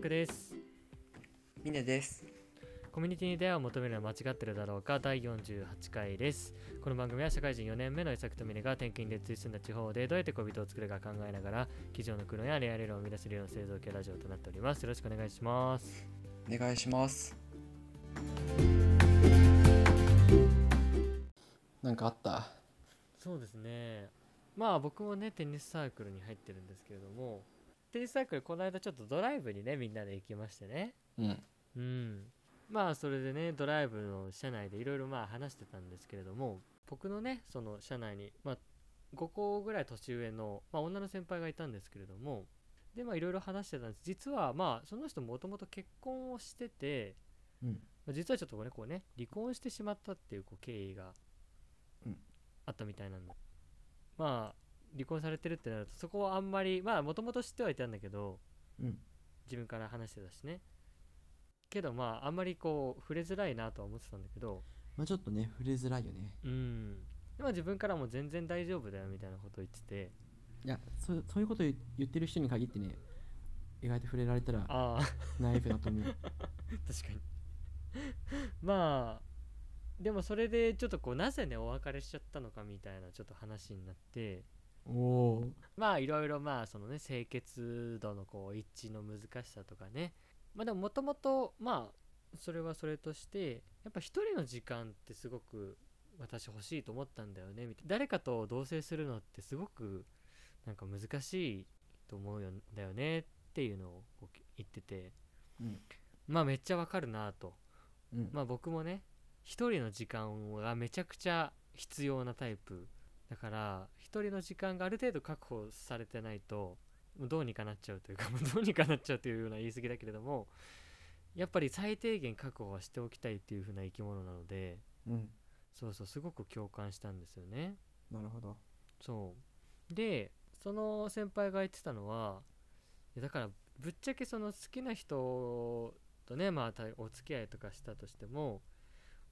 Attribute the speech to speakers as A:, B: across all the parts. A: くです
B: みねです。
A: コミュニティに出会いを求めるのは間違ってるだろうか第48回ですこの番組は社会人4年目の伊作とみねが転勤で移り住んだ地方でどうやって恋人を作るか考えながら机上の苦悩やレアレールを生み出せるような製造系ラジオとなっておりますよろしくお願いします
B: お願いします。なんかあった。
A: そうですねまあ僕もねテニスサークルに入ってるんですけれどもテニスサークルこの間ちょっとドライブにねみんなで行きましてね
B: うん。
A: うん、まあそれでねドライブの車内でいろいろまあ話してたんですけれども僕のねその車内に、まあ、5個ぐらい年上の、まあ、女の先輩がいたんですけれどもでまあいろいろ話してたんです実はまあその人もともと結婚をしてて
B: うん。
A: まあ実はちょっとこれこうね離婚してしまったっていうこう経緯が
B: うん
A: あったみたいなんで、まあ離婚されてるってなるとそこはあんまりまあもともと知ってはいたんだけど
B: うん。
A: 自分から話してたしねけどまああんまりこう触れづらいなとは思ってたんだけど
B: まあちょっとね、触れづらいよね。
A: うんでも自分からも全然大丈夫だよみたいなことを言ってて
B: いや、そう、そういうこと言言ってる人に限ってね。意外と触れられたら、
A: ああ
B: ナイフだと思う。
A: 確かに まあでもそれでちょっとこうなぜねお別れしちゃったのかみたいなちょっと話になって
B: お お。
A: まあいろいろまあそのね清潔度のこう一致の難しさとかねまあでももともとまあそれはそれとしてやっぱ一人の時間ってすごく私欲しいと思ったんだよねみたいな誰かと同棲するのってすごくなんか難しいと思うんだよねっていうのをこう言ってて
B: うん。
A: まあめっちゃわかるなと
B: うん。
A: まあ僕もね一人の時間がめちゃくちゃ必要なタイプだから一人の時間がある程度確保されてないともうどうにかなっちゃうというか もうどうにかなっちゃうというような言い過ぎだけれどもやっぱり最低限確保はしておきたいっていう風な生き物なので
B: うん。
A: そうそうすごく共感したんですよね。
B: なるほど。
A: そうでその先輩が言ってたのはいやだからぶっちゃけその好きな人とねまあたお付き合いとかしたとしても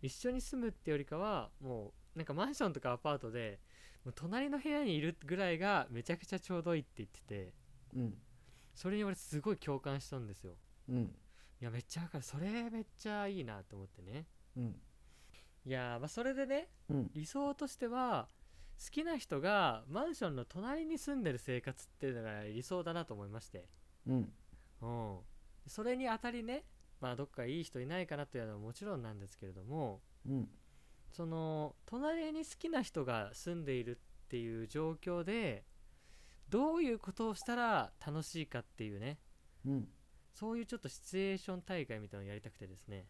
A: 一緒に住むってよりかはもうなんかマンションとかアパートでもう隣の部屋にいるぐらいがめちゃくちゃちょうどいいって言ってて
B: うん。
A: それに俺すごい共感したんですよ
B: うん。
A: いやめっちゃわかるそれめっちゃいいなと思ってね
B: うん。
A: いやーまあそれでね
B: うん。
A: 理想としては好きな人がマンションの隣に住んでる生活っていうのが理想だなと思いまして、
B: うん。
A: うん、それにあたりね、まあ、どっかいい人いないかなというのはもちろんなんですけれども
B: うん。
A: その隣に好きな人が住んでいるっていう状況でどういうことをしたら楽しいかっていうね
B: うん。
A: そういうちょっとシチュエーション大会みたいなのをやりたくてですね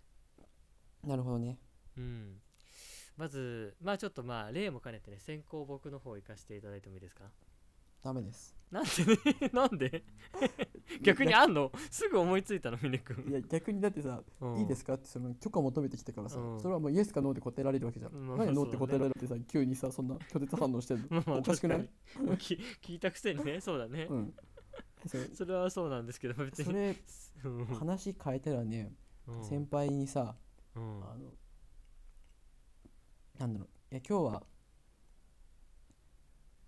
B: なるほどね。
A: うんまずまあちょっとまあ例も兼ねてね先行僕の方行かせていただいてもいいですか
B: ダメです。
A: なんでね なんで逆にあんのすぐ思いついたの峰
B: い
A: 君
B: や逆にだってさ、
A: うん
B: いいですかってその許可求めてきたからさ、
A: うん
B: それはもうイエスかノーで答えられるわけじゃん。
A: まあ
B: 何で
A: そ
B: ノ
A: う
B: ー
A: だね
B: って答えられてさ、急にさ、そんな拒絶反応してる
A: まあまあ
B: の。おかし くない
A: き聞いたくせにねそうだね、
B: うん。それ
A: それはそうなんですけど別
B: そ
A: に
B: れ
A: うん
B: 話変えたらね、
A: うん
B: 先輩にさ、
A: うん
B: あの、なんだろう、いや今日は、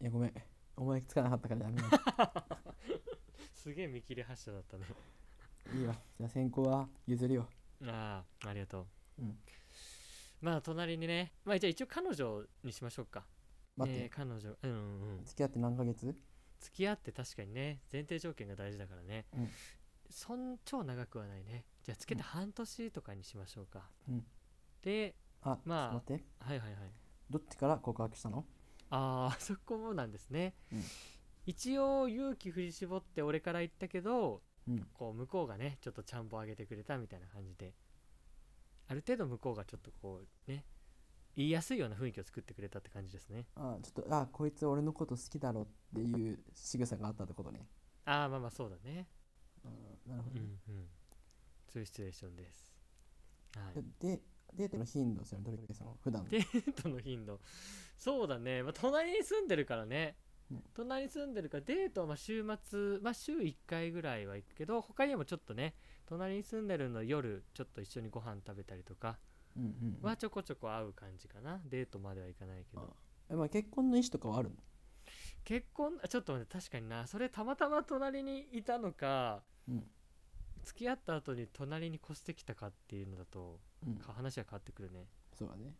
B: いやごめん、思いつかなかったからやめよ
A: すげえ見切り発車だったね
B: ういいわ、じゃあ先行は譲るよ。
A: ああありがとう、
B: うん
A: まあ隣にねまあじゃあ一応彼女にしましょうか
B: 待っ
A: えー
B: て、
A: 彼女うんうんうん
B: 付き合って何ヶ月
A: 付き合って確かにね前提条件が大事だからね、
B: うん
A: そん超長くはないねじゃあつけて半年とかにしましょうか、
B: うん
A: で
B: あ、
A: まあ
B: ちょっと待って、
A: はいはいはい
B: どっちから告白したの
A: ああ そこもなんですね、
B: うん
A: 一応勇気振り絞って俺から言ったけど
B: うん、
A: こう向こうがねちょっとちゃんぽあげてくれたみたいな感じである程度向こうがちょっとこうね言いやすいような雰囲気を作ってくれたって感じですね
B: あちょっとあこいつ俺のこと好きだろっていう仕草があったってことね、
A: ああまあまあそうだね
B: うん、なるほ
A: う
B: ど、
A: んうんそういうシチュエーションですはい
B: でデートの頻度それどれくらいその普段の
A: デートの頻度そうだね、まあ、隣に住んでるからね、
B: うん
A: 隣に住んでるからデートはまあ週末、まあ、週1回ぐらいは行くけど他にもちょっとね隣に住んでるの夜ちょっと一緒にご飯食べたりとか
B: うんうんうん
A: はちょこちょこ会う感じかな、デートまではいかないけど
B: えまあ、結婚の意思とかはあるの
A: 結婚あちょっと待って確かになそれたまたま隣にいたのか
B: うん
A: 付き合った後に隣に越してきたかっていうのだと
B: うん
A: か話が変わってくるね
B: そうだね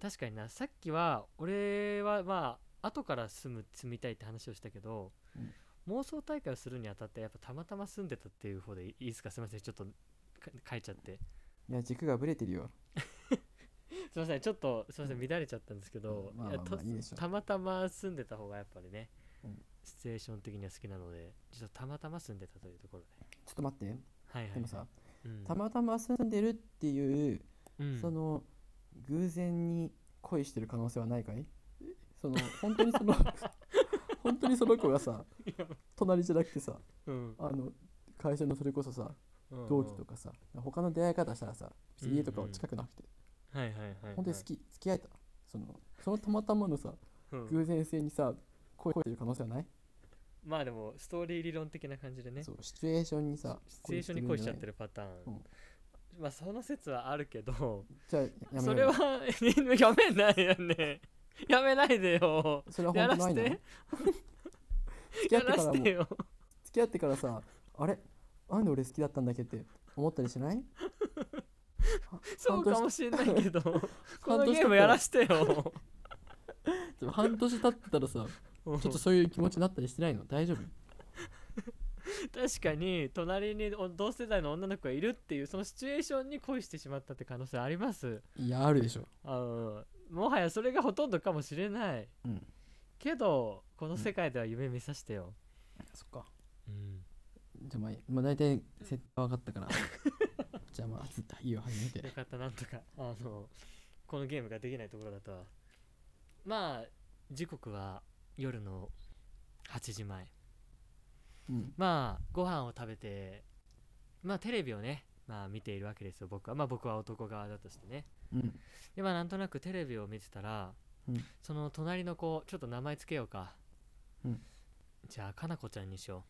A: 確かになさっきは俺はまあ後から住む住みたいって話をしたけど、妄想大会をするにあたってやっぱたまたま住んでたっていう方でいいいですかすいませんちょっとか書いちゃって
B: いや軸がぶれてるよ
A: すいませんちょっとすいません
B: う
A: 乱れちゃったんですけど、
B: うんまあ
A: いや
B: まあ
A: と
B: まあいいでしょう
A: たまたま住んでた方がやっぱりね、
B: うん
A: シチュエーション的には好きなのでちょっとたまたま住んでたというところで
B: ちょっと待って
A: はいはいはい
B: でもさ
A: うん
B: たまたま住んでるっていう
A: うん
B: その偶然に恋してる可能性はないかいその本当に その本当にその子がさ
A: いや
B: 隣じゃなくてさ
A: うん
B: あの会社のそれこそさ
A: うん
B: 同期とかさ他の出会い方したらさ別に家とか
A: うん
B: は
A: うん
B: 近くなくて
A: はいはいはい、はい、
B: 本当に好き付き合えたそのそのたまたまのさ
A: うん
B: 偶然性にさ恋してる可能性はない
A: まあでもストーリー理論的な感じでね
B: そうシチュエーションにさ
A: シチュエーションに恋しちゃって
B: る
A: るパターン、
B: うん
A: まあその説はあるけど
B: んじゃないじゃあやめよう
A: それは やめないよね やめないでよ
B: それは
A: やら
B: 本当な
A: し
B: いの
A: て
B: 付き
A: や
B: 合って
A: ら
B: からも
A: して
B: 付
A: よ
B: き合ってからさあれなんで俺好きだったんだっけって思ったりしない
A: そうかもしんないけどこの
B: 半年
A: ゲ
B: 経った
A: ーム
B: ら
A: やらしてよ
B: でも半年経ったらさ
A: うん
B: ちょっとそういう気持ちになったりしてないの大丈夫
A: 確かに隣にお同世代の女の子がいるっていうそのシチュエーションに恋してしまったって可能性あります
B: いやあるでしょ
A: あのもはやそれがほとんどかもしれない
B: うん
A: けどこの世界では夢見さしてよ、
B: そっか
A: うん
B: じゃあまあ、まあ、大体設定は分かったからじゃあまあついいよ始め
A: よ
B: て
A: かったなんとかあのこのゲームができないところだとはまあ時刻は夜の8時前
B: うん
A: まあご飯を食べてまあテレビをねまあ見ているわけですよ僕はまあ僕は男側だとしてね
B: うん
A: でまあなんとなくテレビを見てたら、
B: うん
A: その隣の子ちょっと名前つけようか、
B: うん
A: じゃあかなこちゃんにしよ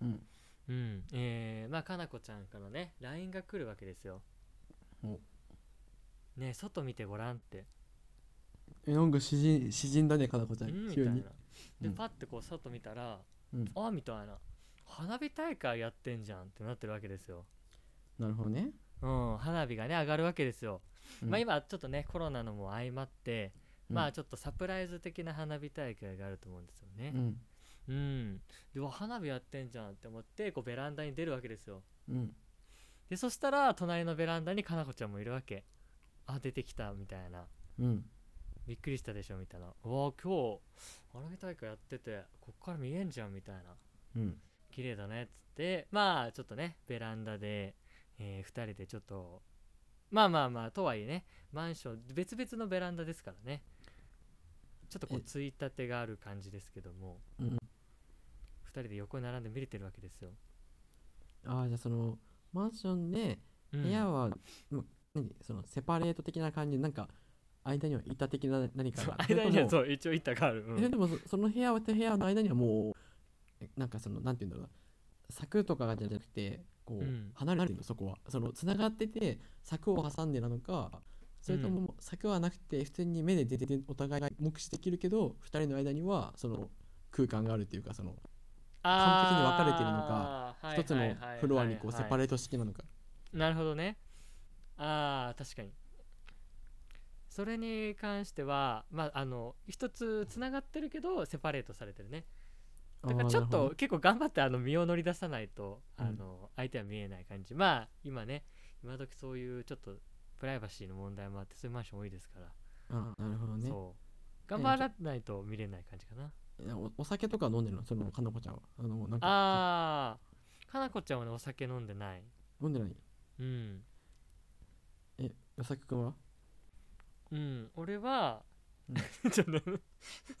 B: うん
A: ううんえー、まあかなこちゃんからね LINE が来るわけですよ
B: お
A: ねえ外見てごらんって
B: えなんか詩人詩人だねかなこちゃ
A: うんみ
B: ん
A: た
B: 急
A: いな
B: に
A: で
B: うん
A: パッてこう外見たら、
B: うん
A: ああみたいな花火大会やってんじゃんってなってるわけですよ
B: なるほどね
A: うん花火がね上がるわけですよ、
B: うん
A: まあ今ちょっとねコロナのも相まって、
B: うん
A: まあちょっとサプライズ的な花火大会があると思うんですよね
B: うん
A: うん、でうわ花火やってんじゃんって思ってこうベランダに出るわけですよ
B: うん
A: でそしたら隣のベランダにかなこちゃんもいるわけあ出てきたみたいな
B: うん
A: びっくりしたでしょみたいなうわ今日花火大会やっててこっから見えんじゃんみたいな
B: うん
A: 綺麗だねっつってまあちょっとねベランダで、え2人でちょっとまあまあまあとはいえねマンション別々のベランダですからねちょっとこう
B: え
A: ついたてがある感じですけども、
B: うん
A: 2人で横に並んで見れてるわけですよ、
B: ああじゃあそのマンションで
A: うん
B: 部屋は、ま何そのセパレート的な感じなんか間には板的な何か
A: そう
B: がある
A: 間には
B: それとも
A: そう一応板がある、うん
B: えでもそその部屋はと部屋の間にはもうえなんかそのなんて言うんだろうな柵とかじゃなくてこう、
A: うん
B: 離れてるのそこはそのつながってて柵を挟んでなのかそれとも柵はなくて普通に目で出ててお互いが目視できるけど2人の間にはその空間があるっていうかその完璧に分かれてるのか
A: あー
B: 一つのフロアにこうセパ
A: はいはいはいはい
B: レート式なのか、
A: なるほどねあー確かにそれに関してはまああの一つつながってるけどセパレートされてるねだから
B: あー
A: ちょっ
B: なるほ
A: と
B: ど
A: 結構頑張ってあの身を乗り出さないと
B: うん
A: あの相手は見えない感じ、まあ今ね今時そういうちょっとプライバシーの問題もあってそういうマンション多いですから、
B: あーなるほどね
A: そう頑張らないと見れない感じかな、
B: えおお酒とか飲んでるのそのかなこちゃんはあのなんか
A: あーかなこちゃんはねお酒飲んでない
B: 飲んでない
A: うん
B: えよさきくんは
A: うん俺は、 ちょっと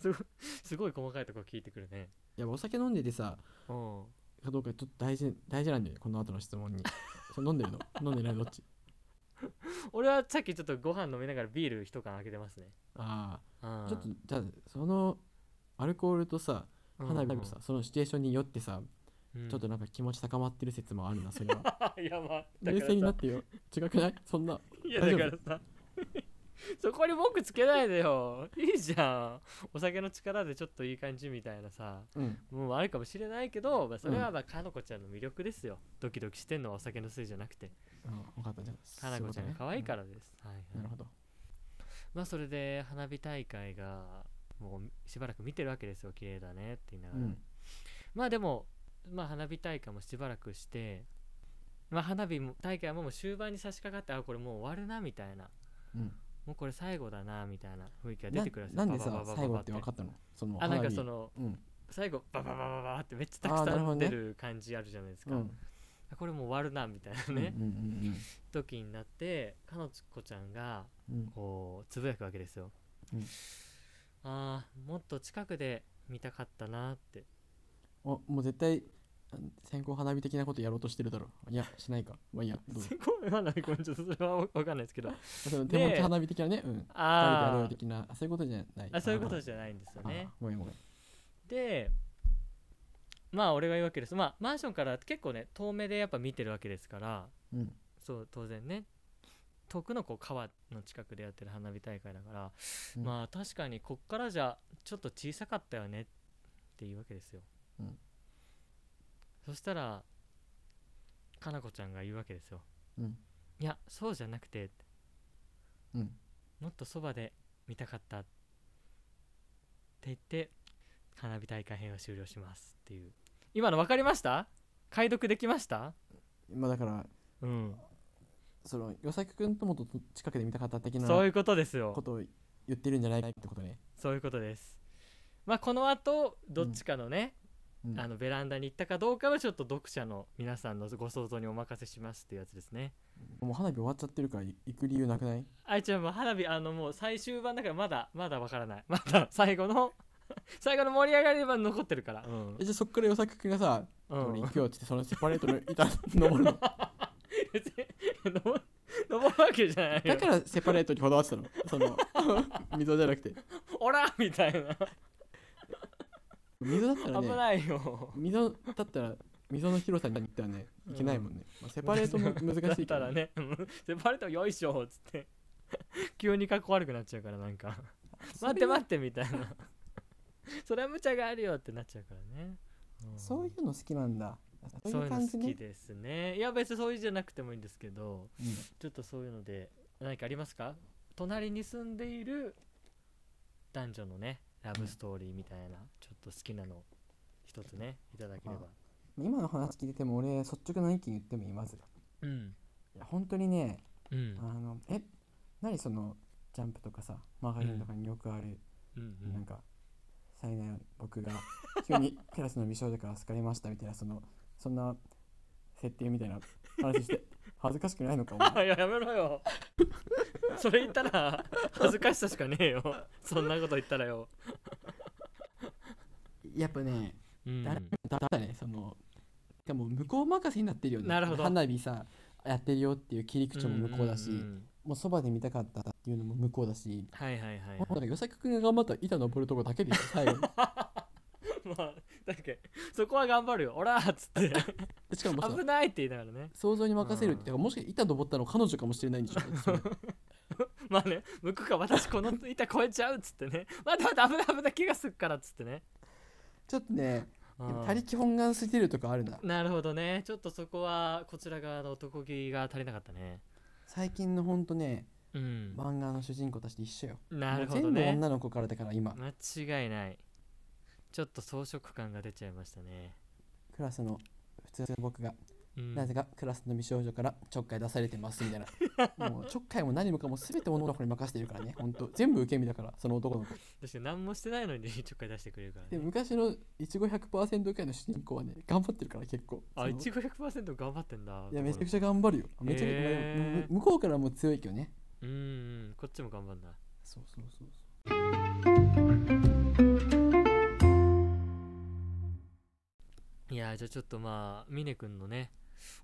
A: すごいすごい細かいところ聞いてくるね
B: いやお酒飲んでてさ
A: うん
B: かどうかちょっと大事大事なんだよねこの後の 質問にそれ飲んでるの飲んでないのどっち
A: 俺はさっきちょっとご飯飲みながらビール一缶開けてますね
B: あ
A: うん
B: あちょっとじゃあそのアルコールとさ花火とさ、そのシチュエーションによってさ、
A: うんうん
B: ちょっとなんか気持ち高まってる説もあるなそれ は
A: あやばだから
B: 冷
A: さ
B: 静になってよ違くないそんない
A: や
B: 大
A: だ
B: 丈
A: か
B: 夫
A: らさ そこに文句つけないでよいいじゃんお酒の力でちょっといい感じみたいなさ
B: うん
A: もうあるかもしれないけど、まあ、それは
B: う
A: まあかのこちゃんの魅力ですよドキドキしてんのはお酒のせいじゃなくて
B: 分かったじゃあ
A: かなこちゃんが可愛いからです、はいはい
B: なるほど
A: まあそれで花火大会がもうしばらく見てるわけですよ綺麗だねって言いなが
B: う
A: ら、
B: ん
A: まあでも、まあ、花火大会もしばらくして、まあ、花火も大会ももう終盤に差し掛かってあこれもう終わるなみたいな
B: うん
A: もうこれ最後だなみたいな雰囲気が出
B: な
A: てくる
B: なんでさ最後
A: バ
B: って分かったのその
A: あなん
B: 花
A: か
B: 火
A: その
B: うん
A: 最後バババババってめっちゃた
B: あー
A: く
B: な
A: さ
B: るほど
A: ん
B: ね
A: 出る感じあるじゃないですか、
B: うん
A: あこれもう終わるなみたいなね、
B: うんうん
A: 時になってかのこちゃんが
B: うんうん
A: こうつぶやくわけですよ、
B: うん
A: あーもっと近くで見たかったなって
B: おもう絶対あ線香花火的なことやろうとしてるだろいやしないかまあいいやどうぞ
A: すごい花火 これちょっとそれは分かんないですけど
B: その手元花火的なねうん誰でやろ
A: あ
B: う的なあそういうことじゃない
A: ーあそういうこと
B: じ
A: じゃないんですよ
B: ゃ
A: ね
B: ごめんごめん
A: でまあ俺が言うわけですまあマンションから結構ね遠目でやっぱ見てるわけですから
B: うん
A: そう当然ね遠くのこう川の近くでやってる花火大会だから、
B: うん
A: まあ確かにこっからじゃちょっと小さかったよねっていうわけですよ、
B: うん
A: そしたらかなこちゃんが言うわけですよ
B: うん
A: いやそうじゃなくて
B: うん
A: もっとそばで見たかったって言って花火大会編は終了しますっていう今の分かりました解読できました
B: まあだから
A: うん
B: その与作君ともっと近くで見たかった的な
A: そうい
B: こ
A: うことですよ
B: とを言ってるんじゃないかってことね
A: そういうことです。まあこの後どっちかのね、
B: うん
A: あのベランダに行ったかどうかはちょっと読者の皆さんのご想像にお任せしますっていうやつですね。
B: もう花火終わっちゃってるからい行く理由なくない
A: あいちゃんもう花火あのもう最終版だからまだまだわからない。 まだ最後の 最後の盛り上がりは残ってるから。うん
B: えじゃあそっから与作君がさ
A: う
B: 俺
A: ん
B: 行くよって言ってそのセパレートの板登 るの
A: 別に 登登るわけじゃない
B: だ
A: よ。
B: からセパレートにこだわってたのその 溝じゃなくて
A: おらみたいな。
B: 溝だったら
A: 危
B: ね
A: ないよ。
B: 溝だったら溝の広さに行ったらねいけないもんね、まあ、セパレートも難し
A: だっ
B: いか
A: た
B: ら
A: らね、うんセパレートよいしょっつって 急に格好悪くなっちゃうからなんか。待って待ってみたいなそれは無茶があるよってなっちゃうからね、ん
B: そういうの好きなんだ
A: そう
B: そうい
A: いう
B: う
A: の
B: 感じ
A: 好き
B: ね
A: ですねいや別にそういうじゃなくてもいいんですけど
B: うん
A: ちょっとそういうので何かありますか隣に住んでいる男女のねラブストーリーみたいなちょっと好きなの一つねいただければ
B: 今の話聞いても俺率直な意見言ってもいいまず
A: うん
B: いや本当にね
A: うん
B: あのえ何そのジャンプとかさマガジンとかによくある、
A: うんうん
B: なんか災難僕が急に クラスの美少女から好かれましたみたいなそのそんな設定みたいな話して 恥ずかしくないのかお前
A: あいややめろよ それ言ったら恥ずかしさしかねえよそんなこと言ったらよ、
B: やっぱね
A: うん
B: 誰だだねそのでも向こう任せになってるよね
A: なるほど
B: 花火さやってるよっていう切り口も向こうだし、
A: んんん
B: もうそばで見たかったっていうのも向こうだし
A: はいはいはい、はい
B: もうなんか与作君が頑張ったら板登るとこだけでしょ最後に
A: まあだっけそこは頑張るよ「オラ!」っつ って
B: でしかもさ
A: 危ないって言いながらね
B: 想像に任せるっ
A: うん
B: てだからもしかして板登ったの彼女かもしれないんでしょ それ
A: まあね向こうが私この板越えちゃうっつってねまだまだ危ない危ない気がするからっつってね
B: ちょっとね
A: うん
B: 他力本願すぎるとかあるな
A: なるほどねちょっとそこはこちら側の男気が足りなかったね
B: 最近のほんとね
A: うん、
B: 漫画の主人公たちと一緒よ
A: なるほ
B: も
A: ど
B: う全部
A: ね
B: 女の子からだから今
A: 間違いないちょっと装飾感が出ちゃいましたね、
B: クラスの普通の僕が、
A: うん、
B: なぜかクラスの美少女からちょっかい出されてますみたいなもうちょっかいも何もかも全て女の子に任せてるからねほんと全部受け身だからその男の子
A: 確かに何もしてないのにちょっかい出してくれるから
B: で
A: ね
B: 昔のいちご100%くらいの主人公はね頑張ってるから結構
A: あ
B: その
A: 1500%頑張ってんだ
B: いやめちゃく
A: ちゃ
B: ちゃ頑張るよめちゃくちゃ、
A: へー
B: 向こうからも強いけどね
A: うんうんこっちも頑張んな
B: そうそうそうそう
A: いやーじゃあちょっとまあ峰君のね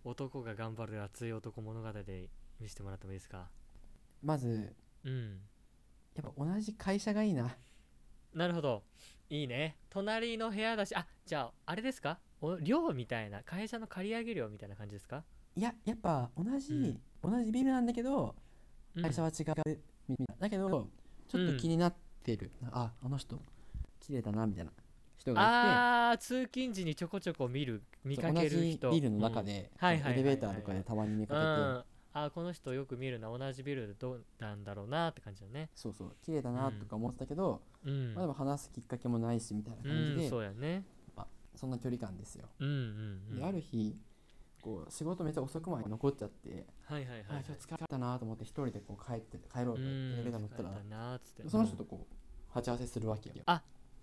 A: 男が頑張る熱い男物語で見せてもらってもいいですか
B: まず
A: うん
B: やっぱ同じ会社がいいな
A: なるほどいいね隣の部屋だしあじゃああれですかお寮みたいな会社の借り上げ寮みたいな感じですか、
B: いややっぱ同じ、同じビルなんだけど
A: うん
B: 会社は違うみみだけどちょっと気になってる、ああの人綺麗だなみたいな人が
A: あー通勤時にちょこちょこ見る見
B: いて
A: か
B: そう同
A: け
B: じ
A: る人
B: ビルの
A: う
B: 中
A: ん
B: で、
A: はいはいはいはい
B: エレベーターとかでたまに見か
A: う
B: け
A: ん、
B: て、
A: あーこの人よく見るな同じビルでどうなんだろうなって感じだね
B: そうそう綺麗だなとか思ってたけど、
A: うん、
B: まあ、でも話すきっかけもないしみたいな
A: う
B: 感じで、
A: ん、そうやね
B: そんな距離感ですよ、
A: うんうんうん
B: である日こう仕事めっちゃ遅くまで残っちゃって、
A: はいはいはい
B: あ
A: はい
B: あ今日疲れたなと思って一人でこう帰って帰ろうとエレベーター乗ったら
A: うん疲れたなーっつって
B: その人とこう鉢合わせするわけよい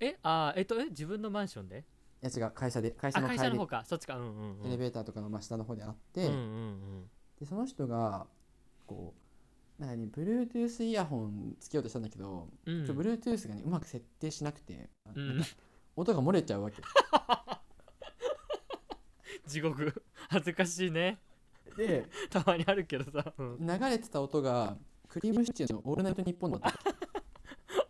A: えあーえっとえ自分のマンションで
B: や違う会社で会社
A: あ
B: の帰
A: 会
B: り
A: 社の方かそっちかうんうん、うん、
B: エレベーターとかの真下の方で会って、
A: うんうん
B: でその人がこうなんかね Bluetooth イヤホンつけようとしたんだけど、
A: うんうん
B: ちょ Bluetooth がねうまく設定しなくて、
A: うん、
B: 音が漏れちゃうわけ
A: 地獄恥ずかしいね
B: で
A: たまにあるけどさ、うん、
B: 流れてた音がクリームシチューの「オールナイトニッポン」だった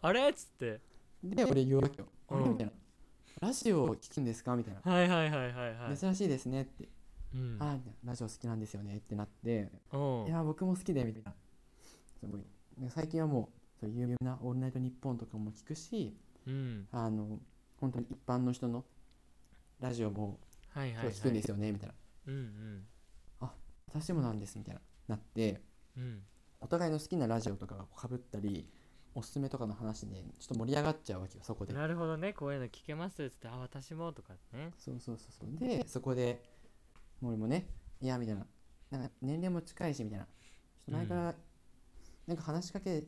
A: あれっつって
B: で俺言うわけよ「
A: うん
B: あれみたいな「ラジオを聞くんですか?」みたいな
A: はいはいはいはいは
B: 「
A: い
B: 珍しいですね」って
A: うん
B: 「ああみたいなラジオ好きなんですよね」ってなって
A: うん
B: 「いや僕も好きで」みたいなすごいで最近はもうそういう有名な「オールナイトニッポン」とかも聞くし
A: うん
B: あの本当に一般の人のラジオも
A: はいはい
B: そう
A: はい
B: 聞くんですよねみたいな
A: うんうん
B: 私もなんですみたいななって
A: うん
B: お互いの好きなラジオとかがかぶったりおすすめとかの話でちょっと盛り上がっちゃうわけよそこで
A: なるほどねこういうの聞けますっつってあ私もとかね
B: そうそうそうそうでそこでもう俺もねいやみたいななんか年齢も近いしみたいなちょっと前から、なんか話しかけ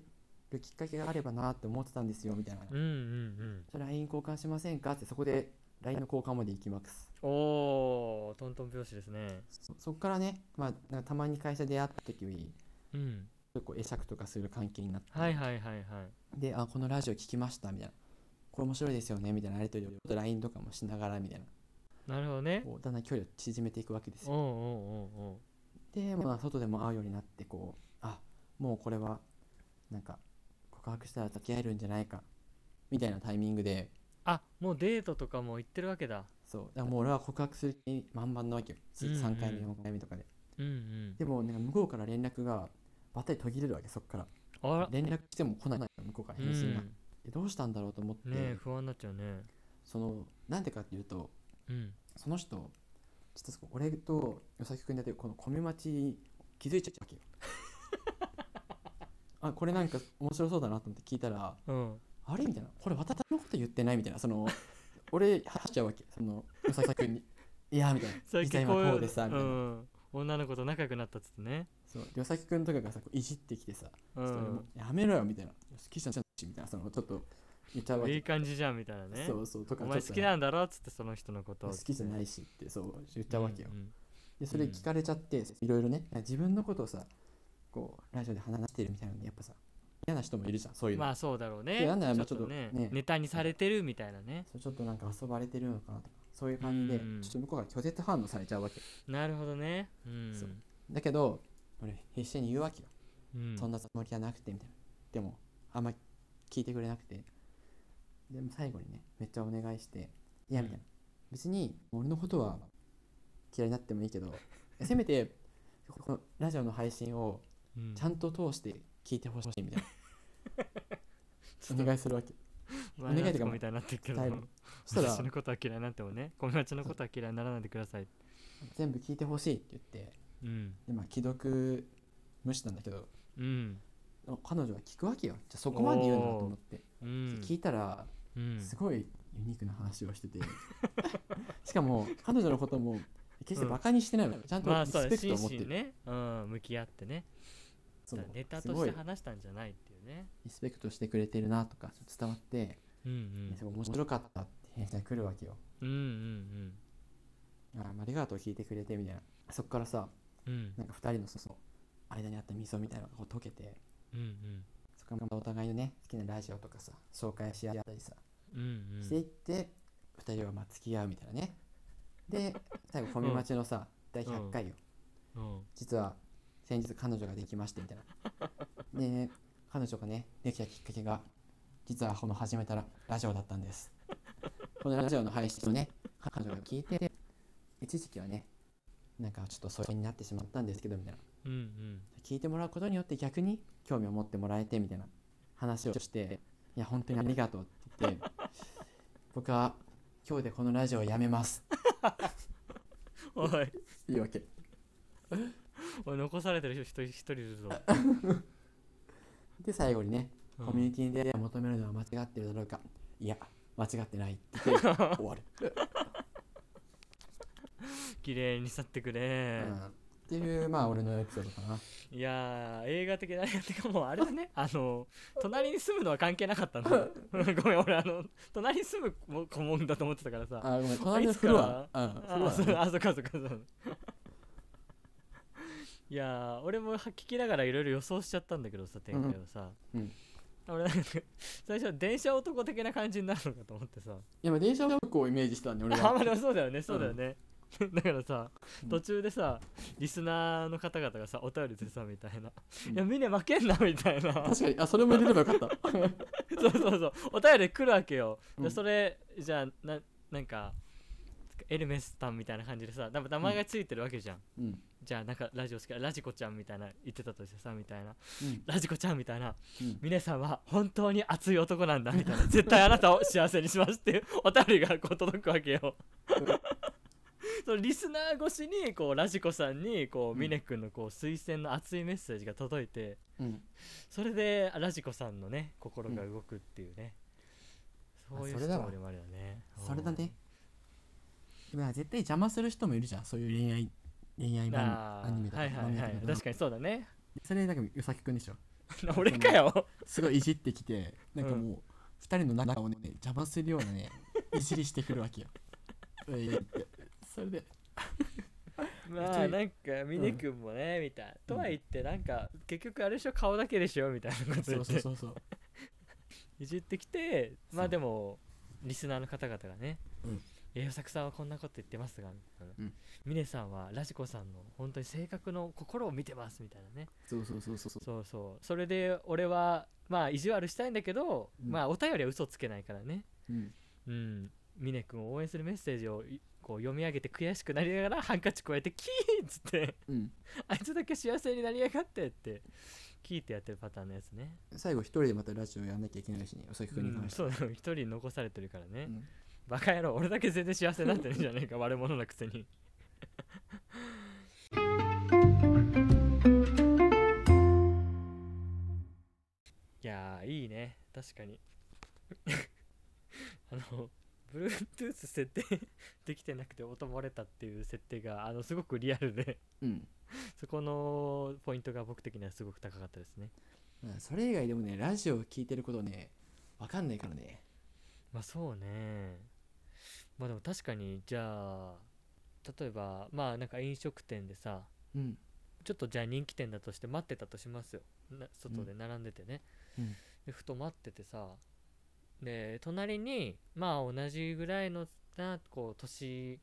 B: るきっかけがあればなって思ってたんですよみたいな、
A: うんうん
B: それ LINE 交換しませんかってそこで LINE の交換まで行きます
A: うんおートントン拍子ですね
B: そそっからね、まあ、なんかたまに会社で会った時に
A: うん
B: 結構会釈とかする関係になって、
A: はいはいはいはい
B: であこのラジオ聞きましたみたいなこれ面白いですよねみたいなやり取りをちょっと LINE とかもしながらみたいな
A: なるほどね
B: こうだんだん距離を縮めていくわけですよ
A: おうおうおうおう
B: で、まあ、外でも会うようになってこうあもうこれはなんか告白したら付き合えるんじゃないかみたいなタイミングで
A: あもうデートとかも行ってるわけだ
B: そうだからもう俺は告白する気満々なわけよ
A: うんうん
B: 3回目4回目とかで、
A: うんうん
B: でもなんか向こうから連絡がばったり途切れるわけそっから
A: あら
B: 連絡しても来ないのよ向こうから
A: う
B: 返信
A: ん
B: が、でどうしたんだろうと思って、
A: ねえ不安になっちゃうね
B: そのなんでかっていうと
A: うん
B: その人ちょっと俺と与崎君でやってるこのコミュマチ気づいちゃった わけよあこれなんか面白そうだなと思って聞いたら
A: うん
B: あれみたいなこれ私のこと言ってないみたいなその俺話しちゃうわけその与崎 君にいやみたいな
A: 最
B: 実は
A: 近
B: 今
A: こう
B: こ
A: いう
B: でさみたいな、
A: うん女の子と仲良くなったっつってね
B: そう与崎君とかがさこういじってきてさ、
A: う
B: ちょっと俺も
A: ん
B: やめろよみたいな好きじゃんみたいなそのちょっと言っちゃうわけ
A: いい感じじゃんみたいなね
B: そうそうとか
A: お前
B: ちょっ
A: 好
B: と
A: きなんだろっつってその人のことを
B: 好きじゃないいしってそう言っちゃうわけよ、でそれ
A: うん
B: 聞かれちゃって、いろいろね自分のことをさこうラジオで話してるみたいなのでやっぱさ嫌な人もいるじゃんそういうの、
A: まあそうだろう
B: で
A: ね
B: なんなら
A: ちょ
B: まあ
A: っと
B: ちょっとね
A: ねネタにされてるみたいなね
B: そうちょっとなんか遊ばれてるのかなとかそういう感じで、
A: うん
B: ちょっと向こうが拒絶反応されちゃうわけ
A: なるほどねうん
B: そうだけど俺必死に言うわけよ、
A: うん
B: そんなつもりはなくてみたいなでもあんま聞いてくれなくてでも最後にねめっちゃお願いしていやみたいな別に俺のことは嫌いになってもいいけどせめてこのラジオの配信を
A: うん
B: ちゃんと通して聞いてほしいみたいな
A: ちょっと
B: お願いするわけ
A: お
B: 願いというか
A: みたいになってるけど
B: だいぶそした
A: 私
B: ら
A: のことは嫌いになってもね友達のことは嫌いにならないでください
B: 全部聞いてほしいって言って
A: うん
B: で、まあ、既読無視なんだけど
A: うん
B: 彼女は聞くわけよじゃあそこまで言うのかと思って、
A: うん
B: 聞いたら
A: うん
B: すごいユニークな話をしてて、 しかも彼女のことも決してバカにしてないのよ、ちゃんと
A: まあ
B: リ
A: そう
B: ス
A: だ
B: ペク
A: 真
B: トを持って
A: 摯
B: る、
A: にねうん向き合ってね
B: そう
A: だからネタ
B: す
A: とし
B: ご
A: て
B: い
A: 話したんじゃないっていうね
B: リスペクトしてくれてるなとか伝わって、
A: うん
B: すごい面白かったって返事が来るわけよ
A: うんうんうん
B: あーありがとう聞いてくれてみたいなそっからさ
A: うんうん
B: なんか2人のその間にあった溝みたいなのがこう溶けて
A: うんうん
B: そこからまたお互いのね好きなラジオとかさ紹介し合ったりさ
A: うんうん
B: していって2人はまあ付き合うみたいなねで最後コミマチのさ第100回よ
A: うん
B: 実は先日彼女ができましてみたいなで彼女がねできたきっかけが実はこの始めたらラジオだったんですこのラジオの配信をね彼女が聞いて一時期はねなんかちょっと疎遠になってしまったんですけどみたいな
A: うんうん
B: 聞いてもらうことによって逆に興味を持ってもらえてみたいな話をして「いや本当にありがとう」って 言って僕は今日でこのラジオをやめます
A: おい
B: いいわけ
A: おい残されてる人一人一人いる ぞ
B: で最後にね、
A: うん
B: コミュニティで求めるのは間違ってるだろうかいや間違ってないって言って 終わる、
A: 綺麗に去ってく
B: う
A: れ
B: ん、っていうまあ俺のエピソードかない
A: やー映画的な映画的かもうあれだねあの隣に住むのは関係なか ったんだごめん俺あの隣に住む顧問だと思ってたからさ
B: あごめん隣の
A: いつか
B: フロアうんフ
A: あ
B: ロア
A: そ
B: だ
A: う
B: ね
A: あそっかそっか そういやー俺もは聞きながらいろいろ予想しちゃったんだけどさ展開をさ、
B: うん
A: 俺なんか 最初は電車男的な感じになるのかと思ってさ
B: いやまあ電車男をイメージしてたんで俺
A: あ
B: は
A: まあでもそうだよねそうだよね、 だからさ途中でさリスナーの方々がさお便りでさみたいな「いや峰負けんな」みたいな
B: 確かにあそれも入れればよかった
A: そうそうそうお便り来るわけよ、
B: うん
A: でそれじゃあななんかエルメスさんみたいな感じでさ多分名前がついてるわけじゃん、
B: うん
A: じゃあなんかラジオ好きなラジコちゃんみたいな言ってたとしてさみたいな
B: うん
A: ラジコちゃんみたいな
B: うん
A: 皆さんは本当に熱い男なんだみ たいな絶対あなたを幸せにしますっていうお便りがこう届くわけ よ
B: うん
A: そのリスナー越しにこうラジコさんにこ
B: う
A: うん峰君のこう推薦の熱いメッセージが届いて
B: うん
A: それでラジコさんのね心が動くっていうね、
B: うん
A: そういう
B: あそ
A: ス
B: れ
A: ト
B: だわ
A: ーリーもあるよね
B: それだねまあ絶対邪魔する人もいるじゃんそういう恋愛恋愛
A: うん
B: 番
A: あ
B: アニメ
A: ー
B: だ
A: はいはいはい確かにそうだね
B: にそれなんかうさきくんでしょ
A: 俺かよ
B: すごいいじって きてなんか
A: うん
B: もう二人の仲をね邪魔するような ねいじりしてくるわけよういってそれで
A: まあなんか峰君もね、みたいなとは言ってなんか結局あれでしょ顔だけでしょみたいなこと言って
B: そうそうそうそう
A: いじってきてま
B: そ
A: あ
B: う
A: でもリスナーの方々がね
B: うん
A: 「栄、う、作、さんはこんなこと言ってますが」みたいな
B: うん
A: 峰さんはラジコさんの本当に性格の心を見てます」みたいなね
B: そうそうそうそうそう
A: そうそうそれで俺はまあ意地悪したいんだけど、
B: うん
A: まあお便りは嘘つけないからね
B: うん
A: うん峰君を応援するメッセージをいこう読み上げて悔しくなりながらハンカチ加えて「キー!」っつって
B: うん
A: 「あいつだけ幸せになりやがって」って聞いてやってるパターンのやつね、
B: 最後一人でまたラジオやんなきゃいけないしねうさきくんに
A: うん
B: 話
A: そうだよ一人残されてるからね、
B: うん
A: バカ野郎俺だけ全然幸せになってるじゃねえか悪者なく せにいやーいいね確かに あの Bluetooth 設定 できてなくて音漏れたっていう設定があのすごくリアルで
B: うん
A: そこのポイントが僕的にはすごく高かったですね
B: まあそれ以外でもねラジオを聞いてることねわかんないからね
A: まあそうねまあでも確かにじゃあ例えばまあなんか飲食店でさ
B: うん
A: ちょっとじゃあ人気店だとして待ってたとしますよな外で並んでてね、
B: うん
A: でふと待っててさで隣にまあ同じぐらいのなこう年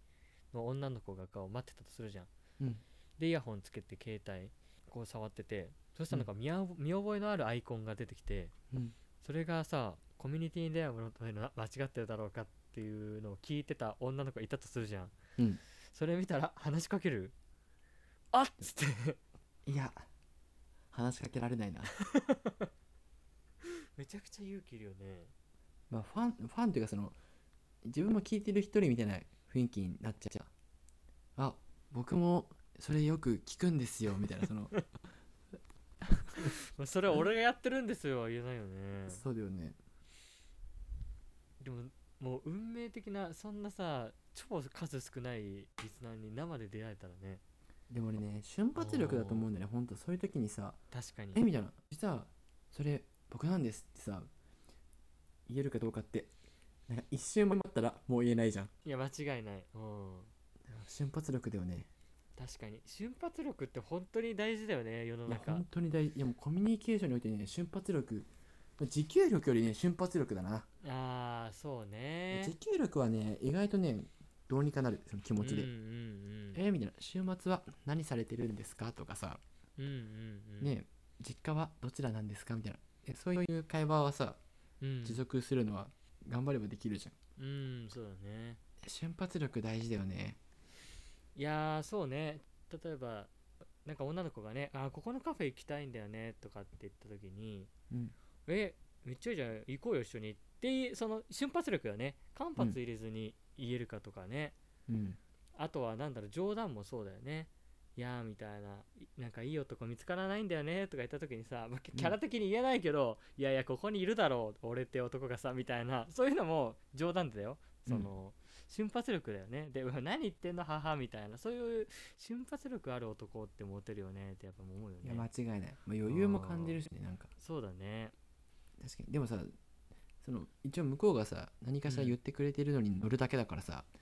A: の女の子がこう待ってたとするじゃん、
B: うん
A: でイヤホンつけて携帯こう触っててそしたらなんか見,、見覚えのあるアイコンが出てきて、
B: うん
A: それがさコミュニティに出会うものというのは間違ってるだろうかっていうのを聞いてた女の子がいたとするじゃん、
B: うん
A: それ見たら話しかけるあっつって
B: いや話しかけられないな
A: めちゃくちゃ勇気いるよね
B: まあファンファンというかその自分も聞いてる一人みたいな雰囲気になっちゃうあ僕もそれよく聞くんですよみたいなその
A: まあそれは俺がやってるんですよは言えないよね
B: そうだよね
A: でももう運命的なそんなさ超数少ないリスナーに生で出会えたらね
B: でも俺ね瞬発力だと思うんだよねほんとそういう時にさ
A: 確かに
B: 「えみたいな実はそれ僕なんです」ってさ言えるかどうかってなんか一瞬も待ったらもう言えないじゃん
A: いや間違いないうん
B: 瞬発力だよね
A: 確かに瞬発力って本当に大事だよね世の
B: いや
A: 中
B: 本当に大事いやもうコミュニケーションにおいてね瞬発力持久力よりね瞬発力だな
A: ああそうね
B: 持久力はね意外とねどうにかなるその気持ちで、
A: うんうんうん
B: えーみたいな週末は何されてるんですかとかさ、
A: うんうんうん
B: ね実家はどちらなんですかみたいなえそういう会話はさ
A: うん
B: 持続するのは頑張ればできるじゃん、
A: うんそうだね
B: 瞬発力大事だよね
A: いやーそうね例えばなんか女の子がね「あーここのカフェ行きたいんだよね」とかって言った時に
B: うん
A: 「えめっちゃいいじゃん行こうよ一緒に」ってその瞬発力がね間髪入れずに言えるかとかね、
B: うん
A: あとはなんだろう冗談もそうだよねいやーみたいないなんかいい男見つからないんだよねとか言った時にさ、まあキャキャラ的に言えないけど、いやいやここにいるだろう俺って男がさみたいなそういうのも冗談だよその、瞬発力だよねでうわ何言ってんの母みたいなそういう瞬発力ある男ってモテるよねってやっぱ思うよ
B: いや
A: ね
B: 間違いない、まあ、余裕も感じるしねなんか
A: そうだね
B: 確かにでもさその一応向こうがさ何かしら言ってくれてるのに乗るだけだからさ、
A: うん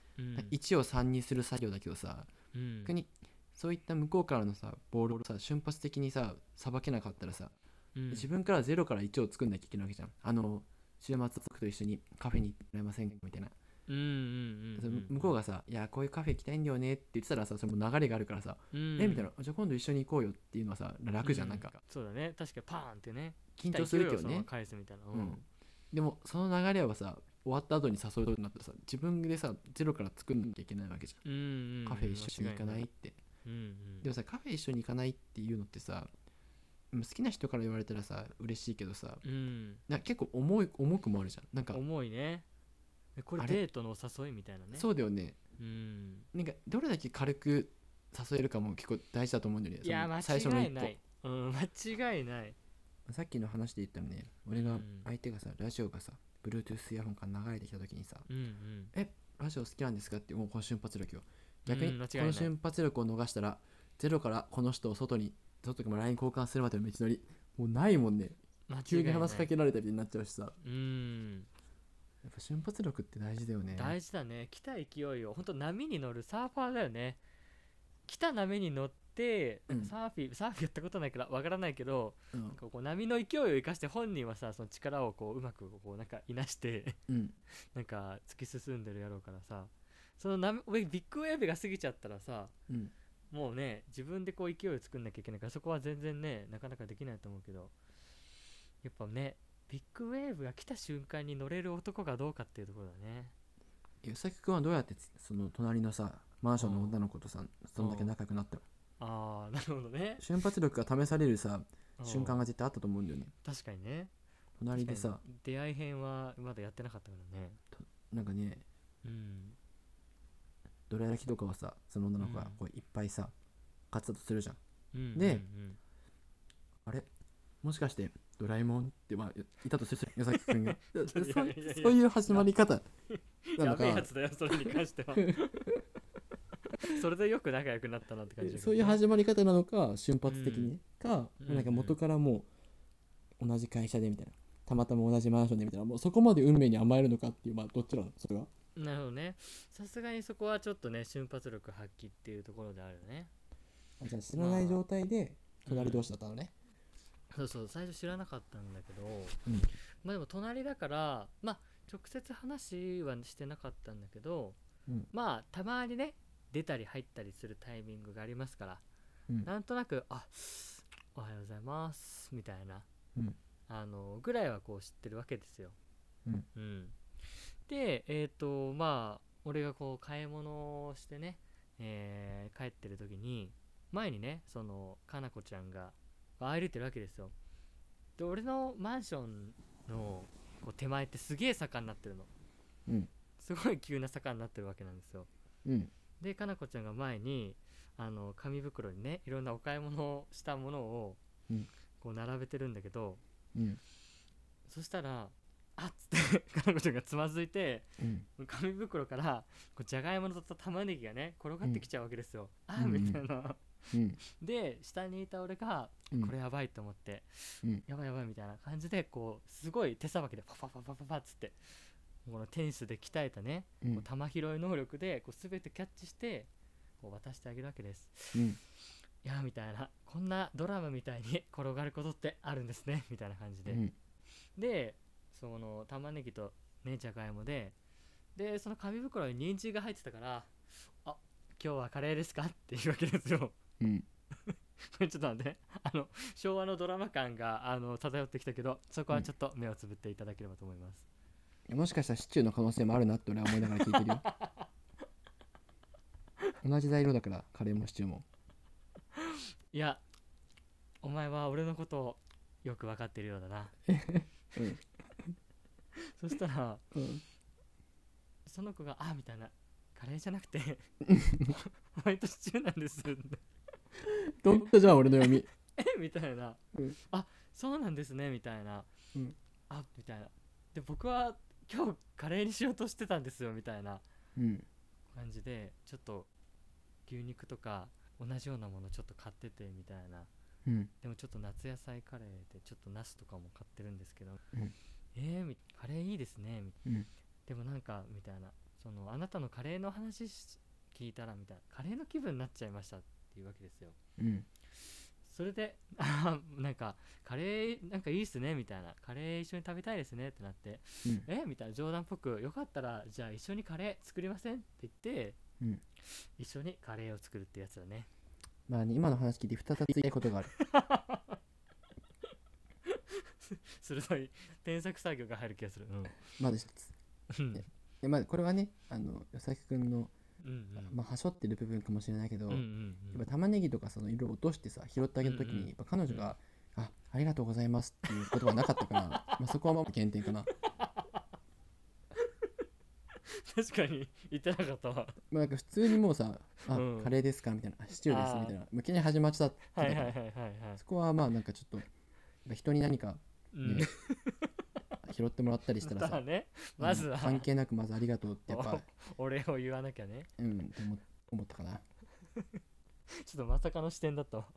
B: 1を3にする作業だけどさ、
A: うん
B: 逆にそういった向こうからのさボールをさ瞬発的にささばけなかったらさ、
A: うん
B: 自分から0から1を作んなきゃいけないわけじゃんあの週末族と一緒にカフェに行ってもらえませんかみたいな、
A: うんうんうん
B: その
A: うん
B: 向こうがさ「いやこういうカフェ行きたいんだよね」って言ってたらさその流れがあるからさ
A: う
B: 「
A: ん
B: えみたいな「じゃあ今度一緒に行こうよ」っていうのはさ楽じゃん、
A: う
B: なんか
A: そうだね確かにパーンってね
B: 緊張するけ
A: 来た勢いを
B: ど
A: そのまま
B: ね
A: 返すみたいな、
B: うん、でもその流れはさ終わった後に誘うことになったらさ自分でさゼロから作んなきゃいけないわけじゃ
A: うんうんうん
B: んカフェ一緒に行かないって
A: うんうん、
B: でもさカフェ一緒に行かないっていうのってさうん好きな人から言われたらさ嬉しいけどさ
A: うん、
B: な結構重い重くもあるじゃんなんか
A: 重いねえこれ
B: あれ
A: デートのお誘いみたいなね
B: そうだよね
A: うん、
B: なんかどれだけ軽く誘えるかも結構大事だと思うんだよね
A: いや
B: その
A: 間
B: 最初の
A: 違い
B: 一
A: な
B: 歩
A: い、うん、間違いない
B: さっきの話で言ったらね俺が
A: うん
B: 相手がさラジオがさ Bluetooth イヤホンから流れてきた時にさ
A: うんうん
B: ラジオ好きなんですかってもうこの瞬発力よ
A: うん
B: 逆に
A: 間違
B: こ
A: いない
B: の瞬発力を逃したらゼロからこの人を外に外とか LINE 交換するまでの道のりもうないもんね
A: 間違いない
B: 急に話しかけられたりになっちゃうしさ
A: うん
B: やっぱ瞬発力って大事だよね
A: 大事だね来た勢いを本当波に乗るサーファーだよね来た波に乗って
B: うん
A: サーフィン、サーフィンやったことないからわからないけど
B: うん
A: こうこう波の勢いを生かして本人はさその力をこううまくこうなんかいなして
B: うん
A: なんか突き進んでるやろうからさそのなめビッグウェーブが過ぎちゃったらさ
B: うん
A: もうね自分でこう勢いを作んなきゃいけないからそこは全然ねなかなかできないと思うけどやっぱねビッグウェーブが来た瞬間に乗れる男かどうかっていうところだね
B: 吉崎君はどうやってつその隣のさマンションの女の子とさそんだけ仲良くなったの
A: ああなるほどね
B: 瞬発力が試されるさ
A: うん
B: 瞬間が絶対あったと思うんだよね
A: 確かにね
B: 隣で
A: 確
B: さ
A: かに出会い編はまだやってなかったからね
B: なんかね
A: うん
B: どら焼きとかはさその女の子が
A: うん
B: こういっぱいさ買ってたとするじゃん
A: うん
B: で
A: うん
B: あれもしかしてドラえもんって、まあ、いたとする矢崎君がそ
A: や いやいやいや
B: うそういう始まり方
A: うん
B: な
A: や
B: の
A: べえや
B: か
A: つだよそれに関して はそれでよく仲良くなったなって感じだけど
B: そういう
A: ね
B: 始まり方なのか瞬発的に、
A: う
B: か
A: うん
B: なんか元からもう同じ会社でみたいなたまたま同じマンションでみたいなもうそこまで運命に甘えるのかっていうまあどっちなのそれが
A: なるほどねさすがにそこはちょっとね瞬発力発揮っていうところであるよね
B: あじゃあ知らない状態で隣同士だったのね、
A: そうそう最初知らなかったんだけど、
B: うん
A: まあでも隣だからまあ直接話はしてなかったんだけど、
B: うん
A: まあたまにね出たり入ったりするタイミングがありますから、
B: うん
A: なんとなく「あおはようございます」みたいな、
B: うん
A: あのぐらいはこう知ってるわけですよ。
B: うん
A: でえっ、とまあ俺がこう買い物をしてね、えー帰ってる時に前にねそのかなこちゃんが歩いてるわけですよ。で俺のマンションのこう手前ってすげえ坂になってるの、
B: うん
A: すごい急な坂になってるわけなんですよ
B: うん
A: でかなこちゃんが前にあの紙袋にねいろんなお買い物をしたものを
B: うん
A: こう並べてるんだけど、
B: うん
A: そしたらあっつってかなこちゃんがつまずいて
B: うん
A: 紙袋からこうじゃがいものと玉ねぎがね転がってきちゃうわけですよ、あ
B: う
A: ー
B: んうん
A: みたいな、
B: うん
A: で下にいた俺が
B: うん
A: これやばいと思って、
B: うん
A: やばいやばいみたいな感じでこうすごい手さばきでパパパパパパっつってこのテニスで鍛えたね、
B: うん
A: こう球拾い能力でこう全てキャッチしてこう渡してあげるわけです
B: うん
A: いやーみたいなこんなドラマみたいに転がることってあるんですねみ たいな感じで、
B: うん
A: でその玉ねぎとねじゃがいもででその紙袋に人参が入ってたから「あ今日はカレーですか?」っていうわけですよ
B: うん
A: これちょっと待ってあの昭和のドラマ感があの漂ってきたけどそこはちょっと目をつぶっていただければと思います、
B: もしかしたらシチューの可能性もあるなって俺は思いながら聞いてるよ同じ材料だからカレーもシチューも
A: いやお前は俺のことをよく分かってるようだな、
B: うん
A: そしたら
B: うん
A: その子が「あ」みたいな「カレーじゃなくて ホワイトシチューなんです」
C: どっちじゃあ俺の読み。
A: えみたいな、
B: うん
A: あそうなんですねみたいな、
B: うん
A: あみたいなで僕は今日カレーにしようとしてたんですよみたいな
B: うん
A: 感じでちょっと牛肉とか同じようなものちょっと買っててみたいな
B: うん
A: でもちょっと夏野菜カレーでちょっとナスとかも買ってるんですけど、
B: うん
A: えーみカレーいいですねみ
B: うん
A: でもなんかみたいなそのあなたのカレーの話し聞いたらみたいなカレーの気分になっちゃいましたっていうわけですよ
B: うん
A: それで 「あーなんかカレーなんかいいっすね」みたいな「カレー一緒に食べたいですね」ってなって
B: うん
A: 「えみたいな冗談っぽく「よかったらじゃあ一緒にカレー作りません?」って言って、
B: うん
A: 一緒にカレーを作るってやつだね
B: まあね今の話聞いて2つ言いたいことがある
A: 鋭い添削作業が入る気がするうん
B: まず1つ
A: うん
B: でまあこれはねあの与崎くんの、
A: うんうん
B: まあ、はしょってる部分かもしれないけど、
A: うんうんう
B: やっ
A: ん
B: ぱ玉ねぎとかその色を落としてさ拾ってあげるとき
A: うんうん
B: にやっぱ彼女が「あありがとうございます」っていう言葉はなかったからまあそこはまあ原点 かな。
A: 確かに言ってなかったわ
B: まあ、なんか普通にもうさ「あ、
A: うん
B: カレーですか?」みたいなあ「シチューです
A: あ」ー
B: みたいな向きに始まっちゃって た
A: は
B: か
A: い
B: ら、
A: はいはいはいはい
B: そこはまあなんかちょっとやっぱ人に何か
A: うん
B: ね拾ってもらったりしたら
A: だ
B: さ
A: ね まず
B: うん
A: は
B: 関係なくまず「ありがとう」ってやっぱ
A: お礼を言わなきゃね
B: うんって思思ったかな。
A: ちょっとまさかの視点だったわ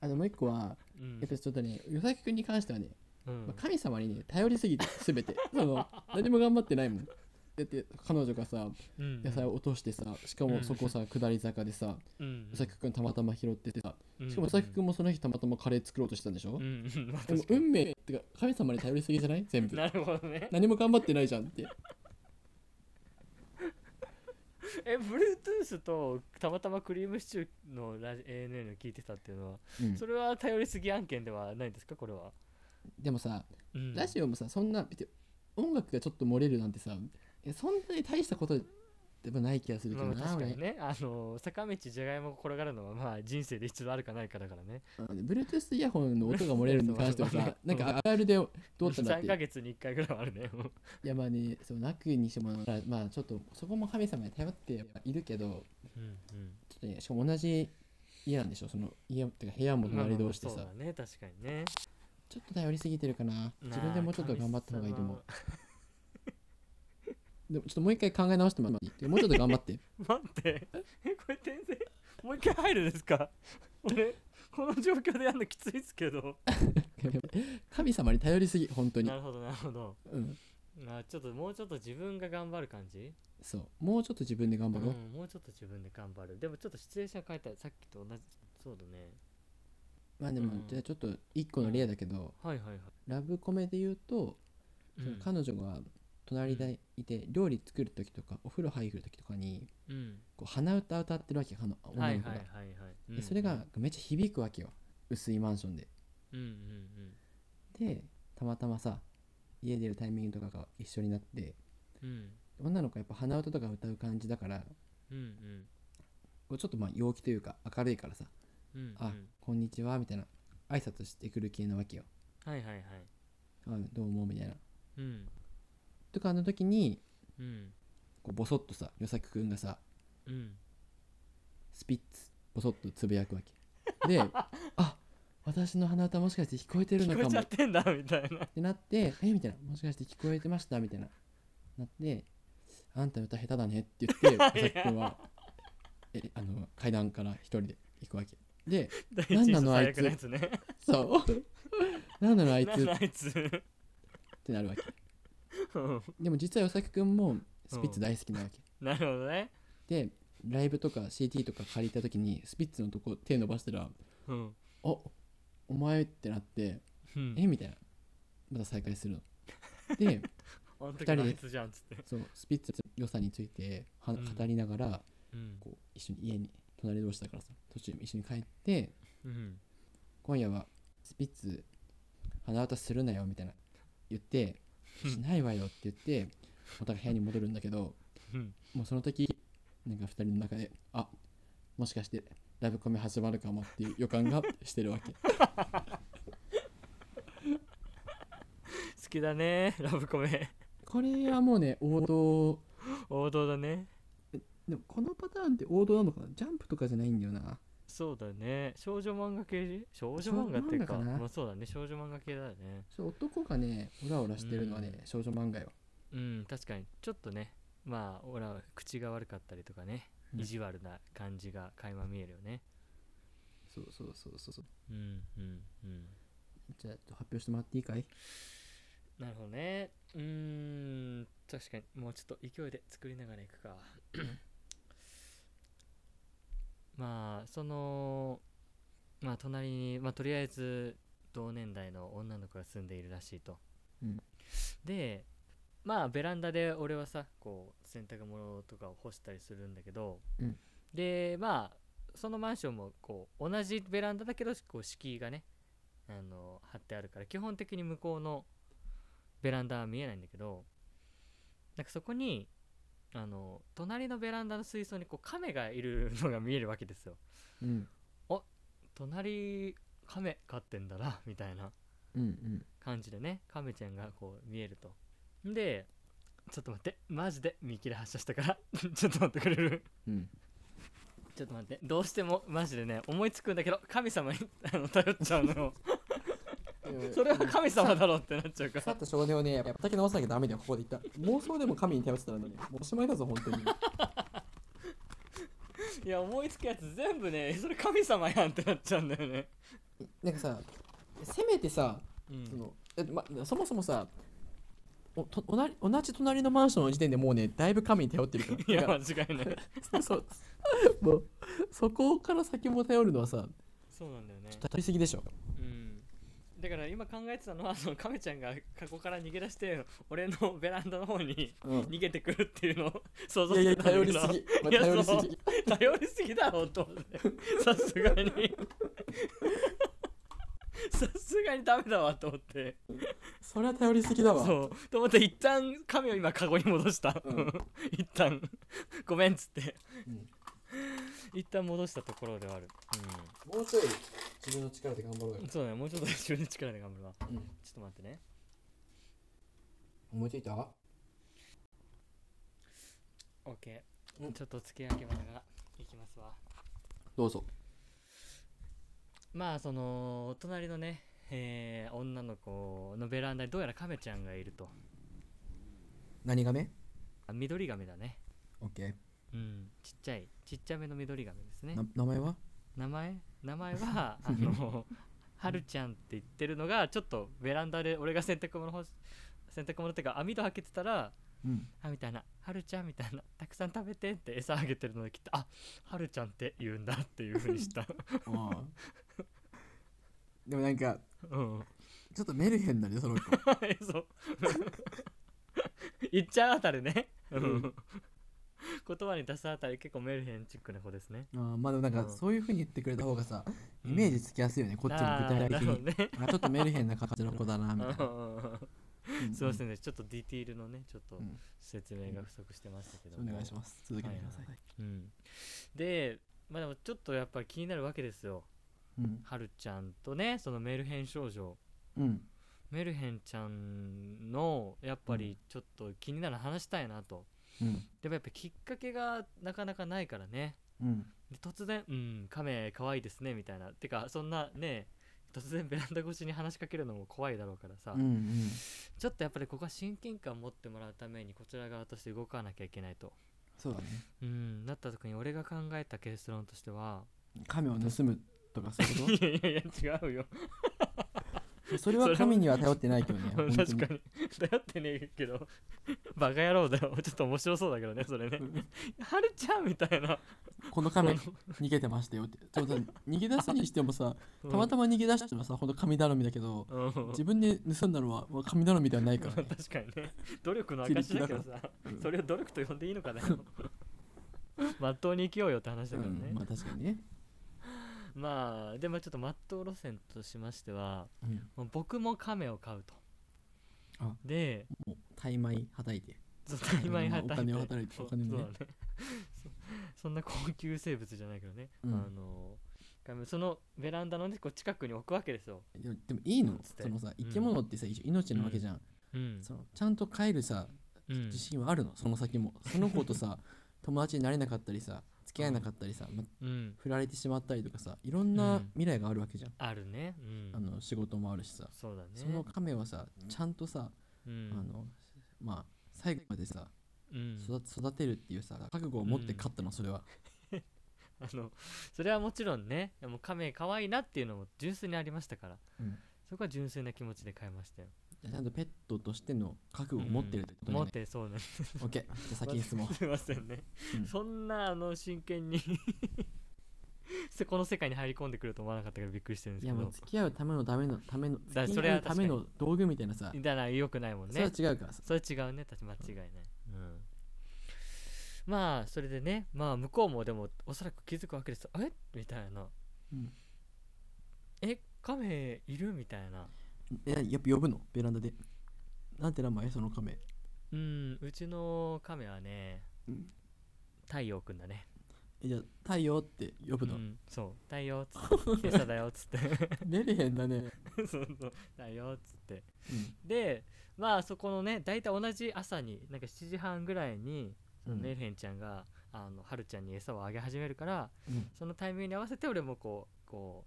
B: あともう一個は
A: うん
B: やっぱちょっとね与崎君に関してはね
A: うん
B: まあ神様にね頼りす ぎて全てその何も頑張ってないもんだって彼女がさ
A: うん
B: 野菜を落としてさしか
A: う
B: も
A: ん
B: そこさ下り坂でさ
A: うん
B: 宇崎くんたまたま拾っててさしかも宇崎くんもその日たまたまカレー作ろうとしてたんでしょ
A: うんうんまあ
B: でも
A: 確かに
B: 運命ってか神様に頼りすぎ じゃない全部
A: なるほどね
B: 何も頑張ってないじゃんって
A: え Bluetooth とたまたまクリームシチューのラジ ANN を聞いてたっていうのは
B: うん
A: それは頼りすぎ案件ではないんですかこれは
B: でもさ
A: うん
B: ラジオもさそんな別に音楽がちょっと漏れるなんてさえそんなに大したことでもない気がするけ
A: まあ
B: ど
A: まあ
B: な
A: 確か
B: 俺
A: にねあの坂道じゃがいもが転がるのはまあ人生で一度あるかないかだからね
B: うん Bluetooth イヤホンの音が漏れるのに関して は
A: そうそう
B: さなんかあるあるでどうったんだっ
A: 3ヶ
B: て
A: 月に1回ぐらいはある ね
B: いやまあねそうなくにしてもまあちょっとそこも神様に頼ってはいるけど
A: うんうん
B: ちょっとねしかも同じ家なんでしょその家っていうか部屋も隣同士でさ、
A: まあまあまあそうだね確かにね
B: ちょっと頼りすぎてるかな自分でもうちょっと頑張った方がいいと思うでもちょっともう一回考え直してもらっていいもうちょっと頑張って
A: 待ってえこれ転生もう一回入るんですか俺この状況でやるのきついっすけど
B: 神様に頼りすぎ本当に
A: なるほどなるほど
B: うん
A: あちょっともうちょっと自分が頑張る感じ、
B: そうもうちょっと自分で頑
A: う
B: 張ろう、
A: ん、もうちょっと自分で頑張るでもちょっとシチュエーション変えたいさっきと同じそうだね
B: まあでも、
A: うん
B: じゃあちょっと一個の例だけど
A: はいはいはい、
B: ラブコメで言うと、
A: う
B: その
A: ん、
B: 彼女が隣でいて料理作る時とかお風呂入る時とかに
A: うん
B: こう鼻歌歌ってるわけあの
A: は
B: 女
A: い
B: の子
A: はいはい
B: が
A: はい、うん
B: でそれがめっちゃ響くわけよ薄いマンションで
A: うんうん
B: でたまたまさ家出るタイミングとかが一緒になって
A: うんうん
B: 女の子はやっぱ鼻歌とか歌う感じだから
A: うんうん
B: こうちょっとまあ陽気というか明るいからさ
A: うんうん
B: 「あこんにちは」みたいな挨拶してくる系なわけよ
A: はいはいはい
B: 「あどうも」みたいな
A: うん
B: とかあの時に
A: うん
B: こうボソッとさ与作くんがさ
A: うん
B: 「スピッツ」ボソッとつぶやくわけ で「あ私の鼻歌もしかして聞こえてるの
A: 聞こえ
B: か
A: ち
B: も」
A: ゃっ
B: って
A: んだみたいな
B: てなって「えみたいな「もしかして聞こえてました」みたいななって「あんた歌下手だね」って 言って与作くんはえあの階段から一人で行くわけ で
A: 第
B: なん
A: 一印
B: な
A: 象
B: のあい
A: 最悪
B: つ
A: のやつね
B: そうなんなのあいつ
A: なんだ
B: っ
A: あいつ
B: てなるわけ
A: うん
B: でも実は与作くんもスピッツ大好きなわけ、
A: なるほどね
B: でライブとか CD とか借りた時にスピッツのとこ手伸ばしたら「
A: うん
B: おお前」ってなって
A: う
B: 「
A: ん
B: えみたいなまた再会するの。 で
A: あの時
B: 二人で
A: のあいつじゃんっつって
B: そうスピッツの良さについては
A: うん
B: 語りながら、
A: うん
B: こう一緒に家に隣同士だからさ途中一緒に帰って
A: うん
B: 「今夜はスピッツ鼻歌するなよ」みたいな 言って「しないわよ」って言ってまた部屋に戻るんだけど
A: うん
B: もうその時なんか2人の中で「あもしかしてラブコメ始まるかもっていう予感 がしてるわけ
A: 好きだねラブコメ
B: これはもうね王道
A: 王道だね
D: でもこのパターンって王道なのかなジャンプとかじゃないんだよな
A: そうだね少女漫画系少女漫画っていうか
D: 少女漫画かな
A: まあ、そうだね少女漫画系だよね
D: そう男がねオラオラしてるのはね、
A: うん
D: 少女漫画よ
A: うん確かにちょっとねまあ俺は口が悪かったりとかね、
D: うん
A: 意地悪な感じが垣間見えるよね
D: そうそうそうそうそう
A: うんうんうん
D: じゃあ発表してもらっていいかい
A: なるほどねうーん確かにもうちょっと勢いで作りながらいくか まあそのまあ隣にまあとりあえず同年代の女の子が住んでいるらしいと、
D: うん
A: でまあベランダで俺はさこう洗濯物とかを干したりするんだけど、
D: うん
A: でまあそのマンションもこう同じベランダだけどこう敷居がねあの張ってあるから基本的に向こうのベランダは見えないんだけどなんかそこにあの隣のベランダの水槽にこう亀がいるのが見えるわけですよ
D: うん
A: 隣亀飼ってんだなみたいな
D: うんうん
A: 感じでね亀ちゃんがこう見えるとでちょっと待ってマジで見切れ発車したからちょっと待ってくれる
D: うん
A: ちょっと待ってどうしてもマジでね思いつくんだけど神様にあの頼っちゃうの よそれは神様だろってなっちゃうか
B: さ
A: ら
B: っと少年をねやっぱ叩き直さなきゃダメだよここで言った妄想でも神に頼ってたらねもうおしまいだぞ本当に
A: いや思いつくやつ全部ねそれ神様やんってなっちゃうんだよね
B: なんかさせめてさ
A: う
B: そ
A: ん
B: のえま、そもそもさおと同じ同じ隣のマンションの時点でもうねだいぶ神に頼ってるから
A: いや
B: だか
A: 間違いない
B: らそう もうそこから先も頼るのはさ
A: そうなんだよね
B: 頼りすぎでしょ
A: うんだから今考えてたのはその亀ちゃんが過去から逃げ出して俺のベランダの方に
B: うん
A: 逃げてくるっていうのを想像
B: いやい
A: し
B: や
A: てたん
B: 頼
A: だ
B: り
A: けど
B: すぎ、まあ
A: いや
B: 頼りす
A: そう
B: ぎ
A: 頼りすぎだろうと思ってさすが にさすがにダメだわと思って
B: それは頼りすぎだわ
A: そうと思って一旦亀を今カゴに戻した、
B: うん
A: 一旦ごめんっつって
B: うん
A: 一旦戻したところではある、
B: もうちょい自分の力で頑張ろうよ
A: うん、そうだねもうちょっと自分の力で頑張るわ、
B: うん
A: ちょっと待ってね
B: 思いついた
A: オッケ
B: う
A: ー
B: ん
A: ちょっと付け焼き物がいきますわ
B: どうぞ
A: まあその隣のね、えー女の子のベランダにどうやらカメちゃんがいると
B: 何がね
A: あ緑亀だね
B: OK
A: うんちっちゃいちっちゃめの緑亀ですね
B: な名前は
A: 名前名前 はあのはるちゃんって言ってるのがちょっとベランダで俺が洗濯物干し洗濯物っていうか網戸開けてたら
B: うん
A: あみたいな「はるちゃん」みたいな「たくさん食べて」って餌あげてるのできっと「あはるちゃんって言うんだ」っていうふうに した
B: でもなんか
A: うん
B: ちょっとメルヘンだね その子
A: え そう言っちゃうあたりね、
B: うん
A: うん、言葉に出すあたり結構メルヘンチックな子ですね
B: あーまあでもなん
A: う
B: か
A: ん
B: そういうふうに言ってくれた方がさ、イメージつきやすいよねこっちも具体的
A: あーなるほど
B: に
A: ね
B: あちょっとメルヘンな感じの子だなみたいな、うん
A: そうですねちょっとディティールのねちょっと
B: うん
A: 説明が不足してましたけど
B: お
A: も
B: 願いします続けてください、
A: はうん、でまあでもちょっとやっぱり気になるわけですよ
B: うん
A: はるちゃんとねそのメルヘン少女
B: うん
A: メルヘンちゃんのやっぱりちょっと気になる話したいなと、
B: うん
A: でもやっぱきっかけがなかなかないからね
B: うん
A: で突然「うん亀可愛いですね」みたいなてかそんなね突然ベランダ越しに話しかけるのも怖いだろうからさ、
B: うんうん
A: ちょっとやっぱりここは親近感を持ってもらうためにこちら側として動かなきゃいけないと
B: そうだね
A: うんなった時に俺が考えた結論としては
B: 亀を盗むとかそういうこ
A: いやいやいや違うよ
B: とそれは神には頼ってないけどね
A: 確かに 頼ってねえけどバカ野郎だよちょっと面白そうだけどねそれね
B: うん
A: はるちゃんみたいな
B: この亀逃げてましたよってちょっと逃げ出すにしてもさたまたま逃げ出したのはさほんと神頼みだけど
A: ま、うん
B: 自分で盗んだのはまあ神頼みではないから ね
A: 確かにね努力の証だけどさ、
B: うん
A: それを努力と呼んでいいの かなまっとうに生きようよって話だからね
B: う、んまあ確かにね、
A: まあでもちょっとまっとう路線としましては
B: うん
A: もう僕も亀を飼うと
B: あ
A: で
B: もう大枚はたいて
A: ずっと今に
B: まあ
A: 働いて
B: お金を働いて
A: そう
B: お金を
A: そ
B: ね
A: うだねそんな高級生物じゃないけどね、
B: うん
A: あのそのベランダのねこう近くに置くわけですよ、
B: でもでもいいの
A: つって
B: そのさ生き物ってさ一応命なわけじゃん、
A: うん
B: そのちゃんと帰るさ
A: うん
B: 自信はあるの、その先もその子と さ友達になれなかったりさ付き合えなかったりさ、ま、
A: うん、
B: 振られてしまったりとかさいろん
A: う
B: なん未来があるわけじゃん、
A: あるね、うん、
B: あの仕事もあるしさ、
A: そうだね
B: その亀はさちゃんとさ、
A: うん
B: あのまあ最後までさ
A: うん
B: 育て育てるっていうさ覚悟を持って勝ったのそれは、
A: あのそれはもちろんねでも亀可愛いなっていうのも純粋にありましたから、
B: うん
A: そこは純粋な気持ちで買いましたよ、
B: ちゃんとペットとしての覚悟を持ってるってこと
A: 持
B: だ
A: っ
B: ね、
A: てそうなんです
B: オッケーじゃあ先 に進もう
A: すいませんね、
B: うん
A: そんなあの真剣に せこの世界に入り込んでくると思わなかったからびっくりしてるんで
B: い
A: すけ
B: やもう
A: ど
B: 付き合うためのためのための
A: だ
B: 付
A: そ
B: き
A: れ
B: 合
A: は
B: うための道具みたいなさ
A: だから良くないもん
B: それ
A: ね
B: は違うからさ
A: それ違うね立ち間違いない、うん、まあそれでねまあ向こうもでもおそらく気づくわけですよえみたいな、
B: うん
A: え亀いるみたいな
B: えやっぱ呼ぶのベランダでなんて名前その亀
A: うんうちの亀はね、
B: うん
A: 太陽くんだね
B: えじゃあ太陽って呼ぶの、
A: うん、そう「太陽」っつ って「餌だよ」っつって
B: 出れへんだね、
A: そうそう「太陽」っつってでまあそこのね大体同じ朝になんか7時半ぐらいに
B: うん
A: メルヘンちゃんが、あの春ちゃんに餌をあげ始めるから、
B: うん
A: そのタイミングに合わせて俺もこうこ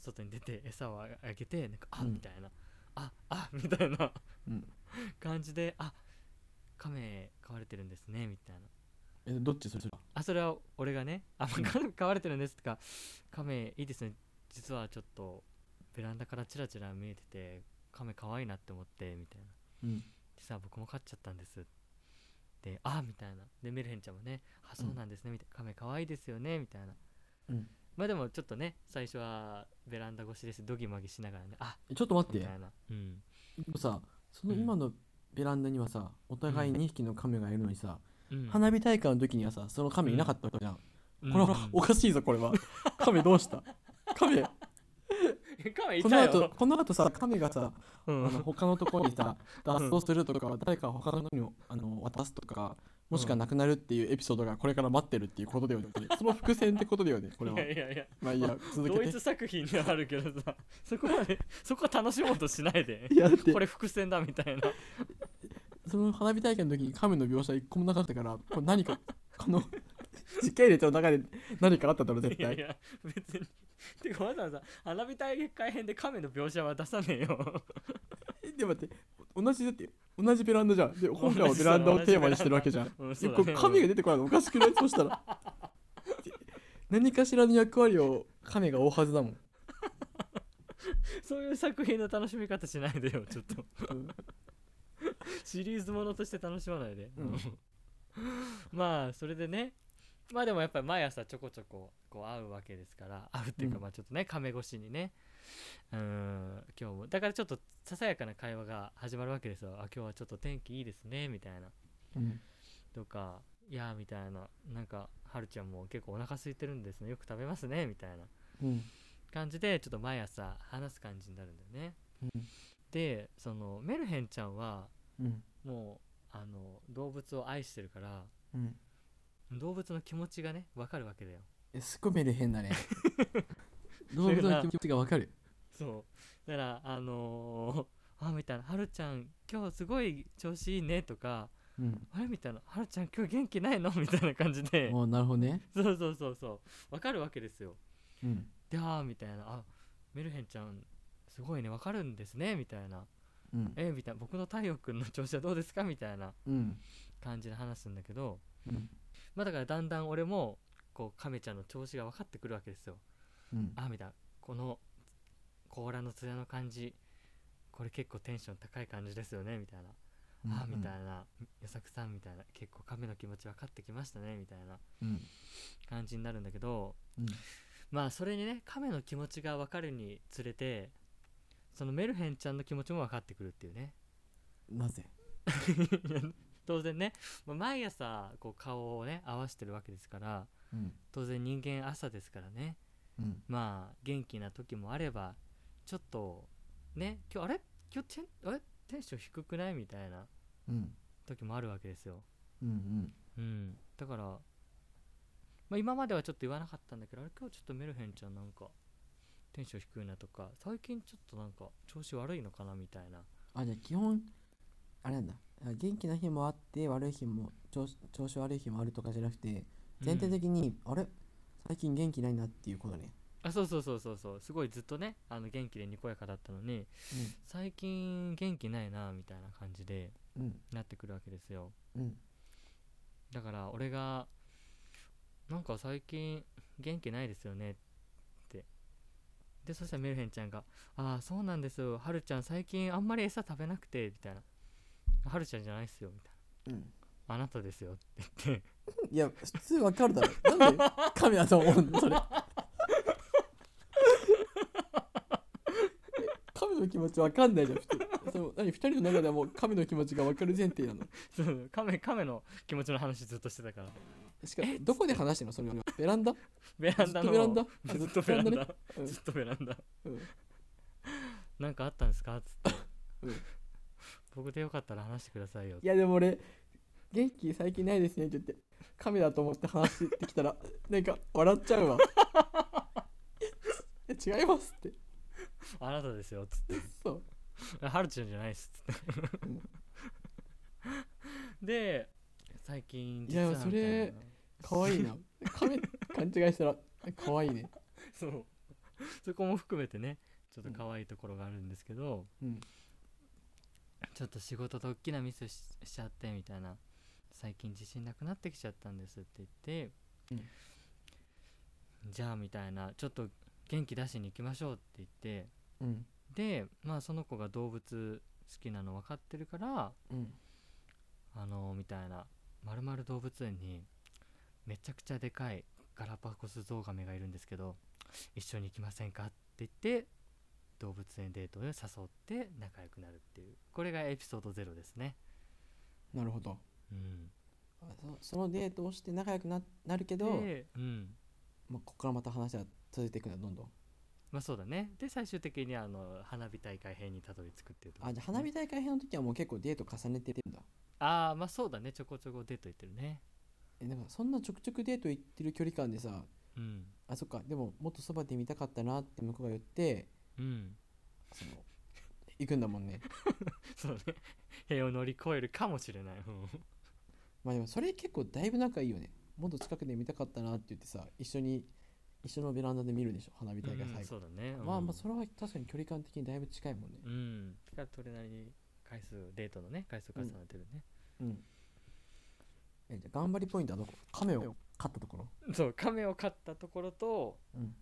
A: う外に出て餌をあげてなんか「あ、
B: うん
A: みたいな「ああみたいな
B: うん
A: 感じで「あ亀飼われてるんですね」みたいな
B: えどっちそれそれ
A: あそれは俺がね「あ亀飼われてるんです」とか「亀いいですね実はちょっとベランダからチラチラ見えてて亀可愛いなって思って」みたいな
B: うん
A: 「実は僕も飼っちゃったんです」で「あみたいなでメルヘンちゃんもね「あそうなんですね」みたいな「亀可愛いですよね」みたいな、
B: うん
A: まあでもちょっとね最初はベランダ越しですドギマギしながらね「あ
B: えちょっと待っ
A: み
B: て
A: たいな、うん、
B: でもさその今のベランダにはさお互い2匹の亀がいるのにさ、
A: うん、
B: 花火大会の時にはさその亀いなかったわけじゃん、
A: うん
B: これはおかしいぞこれは亀どうした亀
A: 亀い
B: この
A: たよ
B: 後この後さ亀がさ
A: うん
B: あの他のところにさ脱走するとか誰か他の人にあの渡すとかもしくはなくなるっていうエピソードがこれから待ってるっていうことだよねその伏線ってことだよねこれはい
A: やいやいや
B: まあいいや続
A: 同
B: け
A: 一
B: て
A: 作品ではあるけどさ そこ までそこは楽しもうとしないで
B: いやだって
A: これ伏線だみたいな
B: その花火大会の時に亀の描写一個もなかったからこれ何かこの 時系列の中で何かあっただろう絶
A: いやい
B: 対
A: や別に てかわざわざ花火大会編で亀の描写は出さねえよ
B: えでも待って同じだって同じベランダじゃんで本社はベランダをテーマにしてるわけじゃん
A: うん
B: で
A: そうだ
B: こ
A: ね
B: れ亀が出てこないのおかしくないそうしたら 何かしらの役割を亀が負うはずだもん
A: そういう作品の楽しみ方しないでよちょっとシリーズものとして楽しまないで、
B: うん
A: まあそれでねまあでもやっぱり毎朝ちょこちょここう会うわけですから会うっていうか
B: うん
A: まあちょっとね亀越しにねうーん今日もだからちょっとささやかな会話が始まるわけですよあ今日はちょっと天気いいですねみたいな
B: うん
A: とかいやーみたいななんかはるちゃんも結構お腹空いてるんですねよく食べますねみたいな
B: うん
A: 感じでちょっと毎朝話す感じになるんだよね
B: うん
A: でそのメルヘンちゃんは
B: うん
A: もうあの動物を愛してるから
B: うん
A: 動物の気持ちがね分かるわけだよ
B: えすごいメルヘンだ ね動物の気持ちがわかる
A: そうだからあのー、あみたいな「はるちゃん今日すごい調子いいね」とか
B: う
A: 「
B: ん
A: あれ?」みたいな「はるちゃん今日元気ないの?」みたいな感じで
B: おーなるほどね
A: そうそうそうそう分かるわけですよ
B: うん
A: であーみたいな「あメルヘンちゃんすごいね分かるんですね」みたいな
B: うん
A: 「えみたいな「僕の太陽君の調子はどうですか?」みたいな
B: うん
A: 感じで話すんだけど
B: うん
A: まあだからだんだん俺もこう亀ちゃんの調子が分かってくるわけですよ
B: うん
A: あみたいなこの甲羅の艶の感じこれ結構テンション高い感じですよねみたいな、あみたいな与作さんみたいな結構亀の気持ち分かってきましたねみたいな
B: うん
A: 感じになるんだけど
B: うん
A: まあそれにね亀の気持ちが分かるにつれてそのメルヘンちゃんの気持ちも分かってくるっていうね
B: なぜ
A: 当然ね、まあ毎朝こう顔をね合わせてるわけですから
B: うん
A: 当然人間朝ですからね
B: うん
A: まあ元気な時もあればちょっとね今日あれ今日テンあれテンション低くないみたいな
B: うん
A: 時もあるわけですよ、
B: うん
A: うん、だからまあ、今まではちょっと言わなかったんだけどあれ今日ちょっとメルヘンちゃんなんかテンション低いなとか最近ちょっとなんか調子悪いのかなみたいな
B: あじゃあ基本あれなんだあ元気な日もあって悪い日も調子調子悪い日もあるとかじゃなくて全体的に、あれ最近元気ないなっていうことね
A: あそうそうそうそうそうすごいずっとねあの元気でにこやかだったのに、最近元気ないなみたいな感じで
B: うん
A: なってくるわけですよ
B: うん
A: だから俺が「なんか最近元気ないですよね」ってでそしたらメルヘンちゃんが「ああそうなんですよはるちゃん最近あんまり餌食べなくて」みたいな「はるちゃんじゃないっすよ」みたい
B: うん
A: な「あなたですよ」 って言って
B: いや普通わかるだろなんでカメラと思うのそれ
C: 神の気持ちわかんないじゃん普通その何2人の中ではもう神の気持ちがわかる前提なの
A: そう亀亀の気持ちの話ずっとしてたから
C: しかもどこで話してんのそれはベランダ
A: ベランダの
C: ずっとベランダあずっ
A: ずっとベラン
C: とベラね
A: ダずっとベランダ
C: うん
A: なんかあったんですかつって
C: うん
A: 僕でよかったら話してくださいよ
C: いやでも俺元気最近ないですねって言ってカメラと思って話してきたらなんか笑っちゃうわ え違いますって
A: あなたですよつって
C: そう
A: はるちゃんじゃないっすっつって
C: うん
A: で最近
C: いや
A: 実はみた
C: それ
A: な
C: 可愛いなカメ勘違いしたら可愛いね
A: そうそこも含めてねちょっと可愛いところがあるんですけど、
C: うん
A: ちょっと仕事と大きなミスししちゃってみたいな最近自信なくなってきちゃったんですって言って、じゃあみたいなちょっと元気出しに行きましょうって言って
C: うん
A: でまあその子が動物好きなの分かってるから
C: うん
A: あのみたいなまるまる動物園にめちゃくちゃでかいガラパゴスゾウガメがいるんですけど一緒に行きませんかって言って動物園デートで誘って仲良くなるっていうこれがエピソード0ですね
C: なるほど
A: うん
B: あそそのデートをして仲良くななるけど、
A: でうん
B: まあ、ここからまた話が続いていくんだどんどん
A: まあそうだねで最終的にあの花火大会編にたどり着くっていうとこ
B: あじゃあ花火大会編の時はもう結構デート重ねてるんだ
A: ああまあそうだねちょこちょこデート行ってるね
B: えでもそんなちょくちょくデート行ってる距離感でさ
A: うん
B: あそっかでももっとそばで見たかったなって向こうが言って
A: うん
B: その行くんだもんね
A: そうね 塀を乗り越えるかもしれないうん
B: まあでもそれ結構だいぶ仲いいよねもっと近くで見たかったなって言ってさ一緒に一緒のベランダで見るんでしょ花火大会
A: うん
B: 最後、
A: そうだね、
B: まあ
A: うん
B: まあそれは確かに距離感的にだいぶ近いもんね
A: うん。だからそれなりに回数、デートのね、回数重ねてるね。
B: うんえじゃあ頑張りポイントはどこ亀を飼ったところ
A: そう、亀を飼ったところと、
B: うん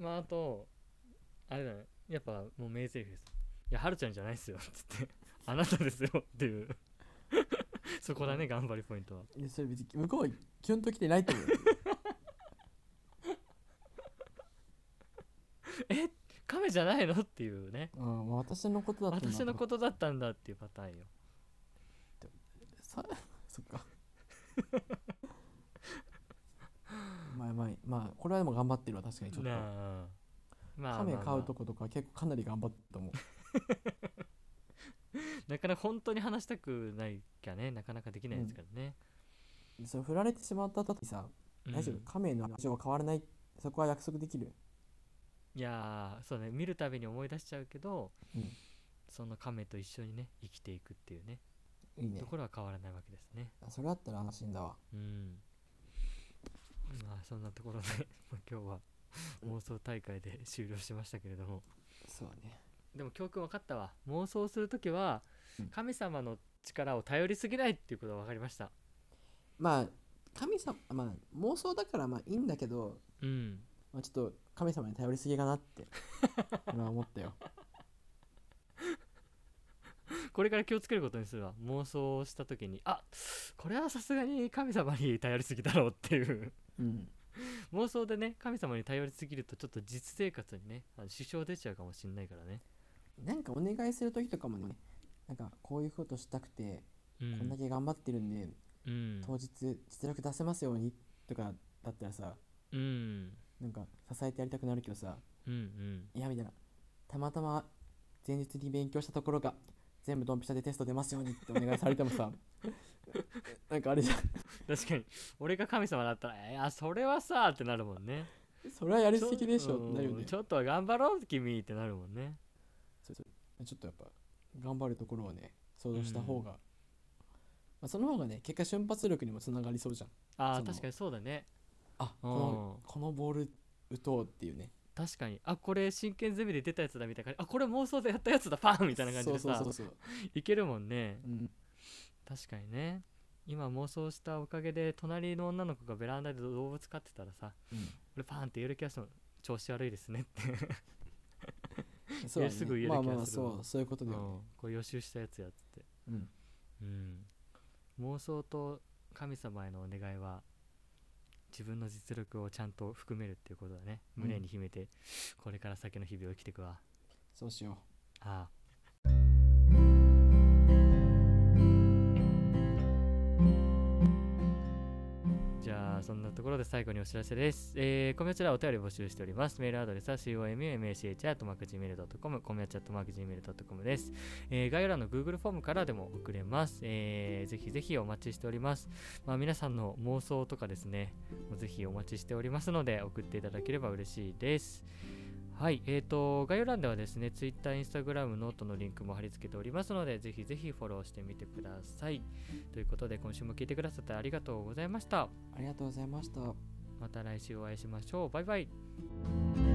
A: まああと、あれだね、やっぱもう名台詞です。いや、はるちゃんじゃないっすよ、つって。 あなたですよ、っていう。 そこだね、頑張りポイントは。
B: いやそれ別に向こうはキュンと来てないと思う
A: 亀じゃないのっていうね。
B: あーまあ私のことだった
A: 私の
B: と
A: ことだったんだっていうパターンよ。
B: さ そっかまあまあまあこれはでも頑張ってるわ確かにちょっと
A: なあ。まあ、
B: 亀
A: まあまあ
B: 飼うとことか結構かなり頑張ってたと思う
A: なかなか本当に話したくないきゃね、なかなかできないですからね。
B: でそれ振られてしまった時さ、
A: うん
B: 大丈夫亀の味は変わらないそこは約束できる
A: いやーそうね見るたびに思い出しちゃうけど、
B: うん
A: その亀と一緒にね生きていくっていうね
B: いいね
A: ところは変わらないわけですね
B: あそれだったら安心だわ
A: うんまあそんなところで まあ今日は妄想大会で終了しましたけれども
B: そうね
A: でも教訓分かったわ妄想する時は
B: うん
A: 神様の力を頼りすぎないっていうことが分かりました
B: まあ神様まあ妄想だからまあいいんだけど、
A: うん
B: まあ、ちょっと神様に頼りすぎかなって 俺は思ったよ
A: これから気をつけることにするわ妄想をした時にあこれはさすがに神様に頼りすぎだろうっていう
B: うん
A: 妄想でね神様に頼りすぎるとちょっと実生活にねあの支障出ちゃうかもしんないからね、
B: なんかお願いする時とかもねなんかこういうことしたくて、
A: うん、
B: こんだけ頑張ってるんで
A: うん
B: 当日実力出せますようにとかだったらさ
A: うん
B: なんか支えてやりたくなるけどさ
A: うんうん
B: いやみたいなたまたま前日に勉強したところが全部ドンピシャでテスト出ますようにってお願いされても さなんかあれじゃ
A: 確かに俺が神様だったら「いやそれはさ」ってなるもんね
B: んそれはやり
A: ちょ
B: すぎでしょ
A: う
B: って
A: ん
B: なるよね
A: ちょっと頑張ろう君ってなるもんね
B: そうそうちょっとやっぱ頑張るところをね想像した方が、まあ、その方がね結果瞬発力にもつながりそうじゃん
A: あ
B: そ
A: ー
B: の
A: 確かにそうだね
B: あ
A: う
B: こ
A: ん
B: のこのボール打とうっていうね
A: 確かにあこれ真剣ゼミで出たやつだみたいな感じあこれ妄想でやったやつだパンみたいな感じでさ
B: そうそうそうそう、
A: いけるもんね
B: うん、
A: 確かにね今妄想したおかげで隣の女の子がベランダで動物飼ってたらさ、
B: うん
A: 俺パーンって言える気がするの調子悪いですねって
B: そうだね
A: すぐ言える
B: まあ
A: 気が
B: まあ
A: する
B: そうそういうことだよね、
A: こう予習したやつやっつって
B: うん
A: うん妄想と神様へのお願いは自分の実力をちゃんと含めるっていうことだね
B: うん
A: 胸に秘めて、これから先の日々を生きていくわ
B: そうしよ
A: ああじゃあそんなところで最後にお知らせです。えー、コミヤチではお便り募集しております。メールアドレスは comumach.gmail.com、コミヤチ .gmail.com です、えー。概要欄の Google フォームからでも送れます。えー、ぜひぜひお待ちしております。まあ、皆さんの妄想とかですね、もうぜひお待ちしておりますので送っていただければ嬉しいです。はい、えー、と、概要欄ではですね、Twitter、Instagram、ノートのリンクも貼り付けておりますので、ぜひぜひフォローしてみてください。ということで、今週も聞いてくださってありがとうございました。
B: うありがとうございました
A: また来週お会いしましょう。バイバイ。
B: バイ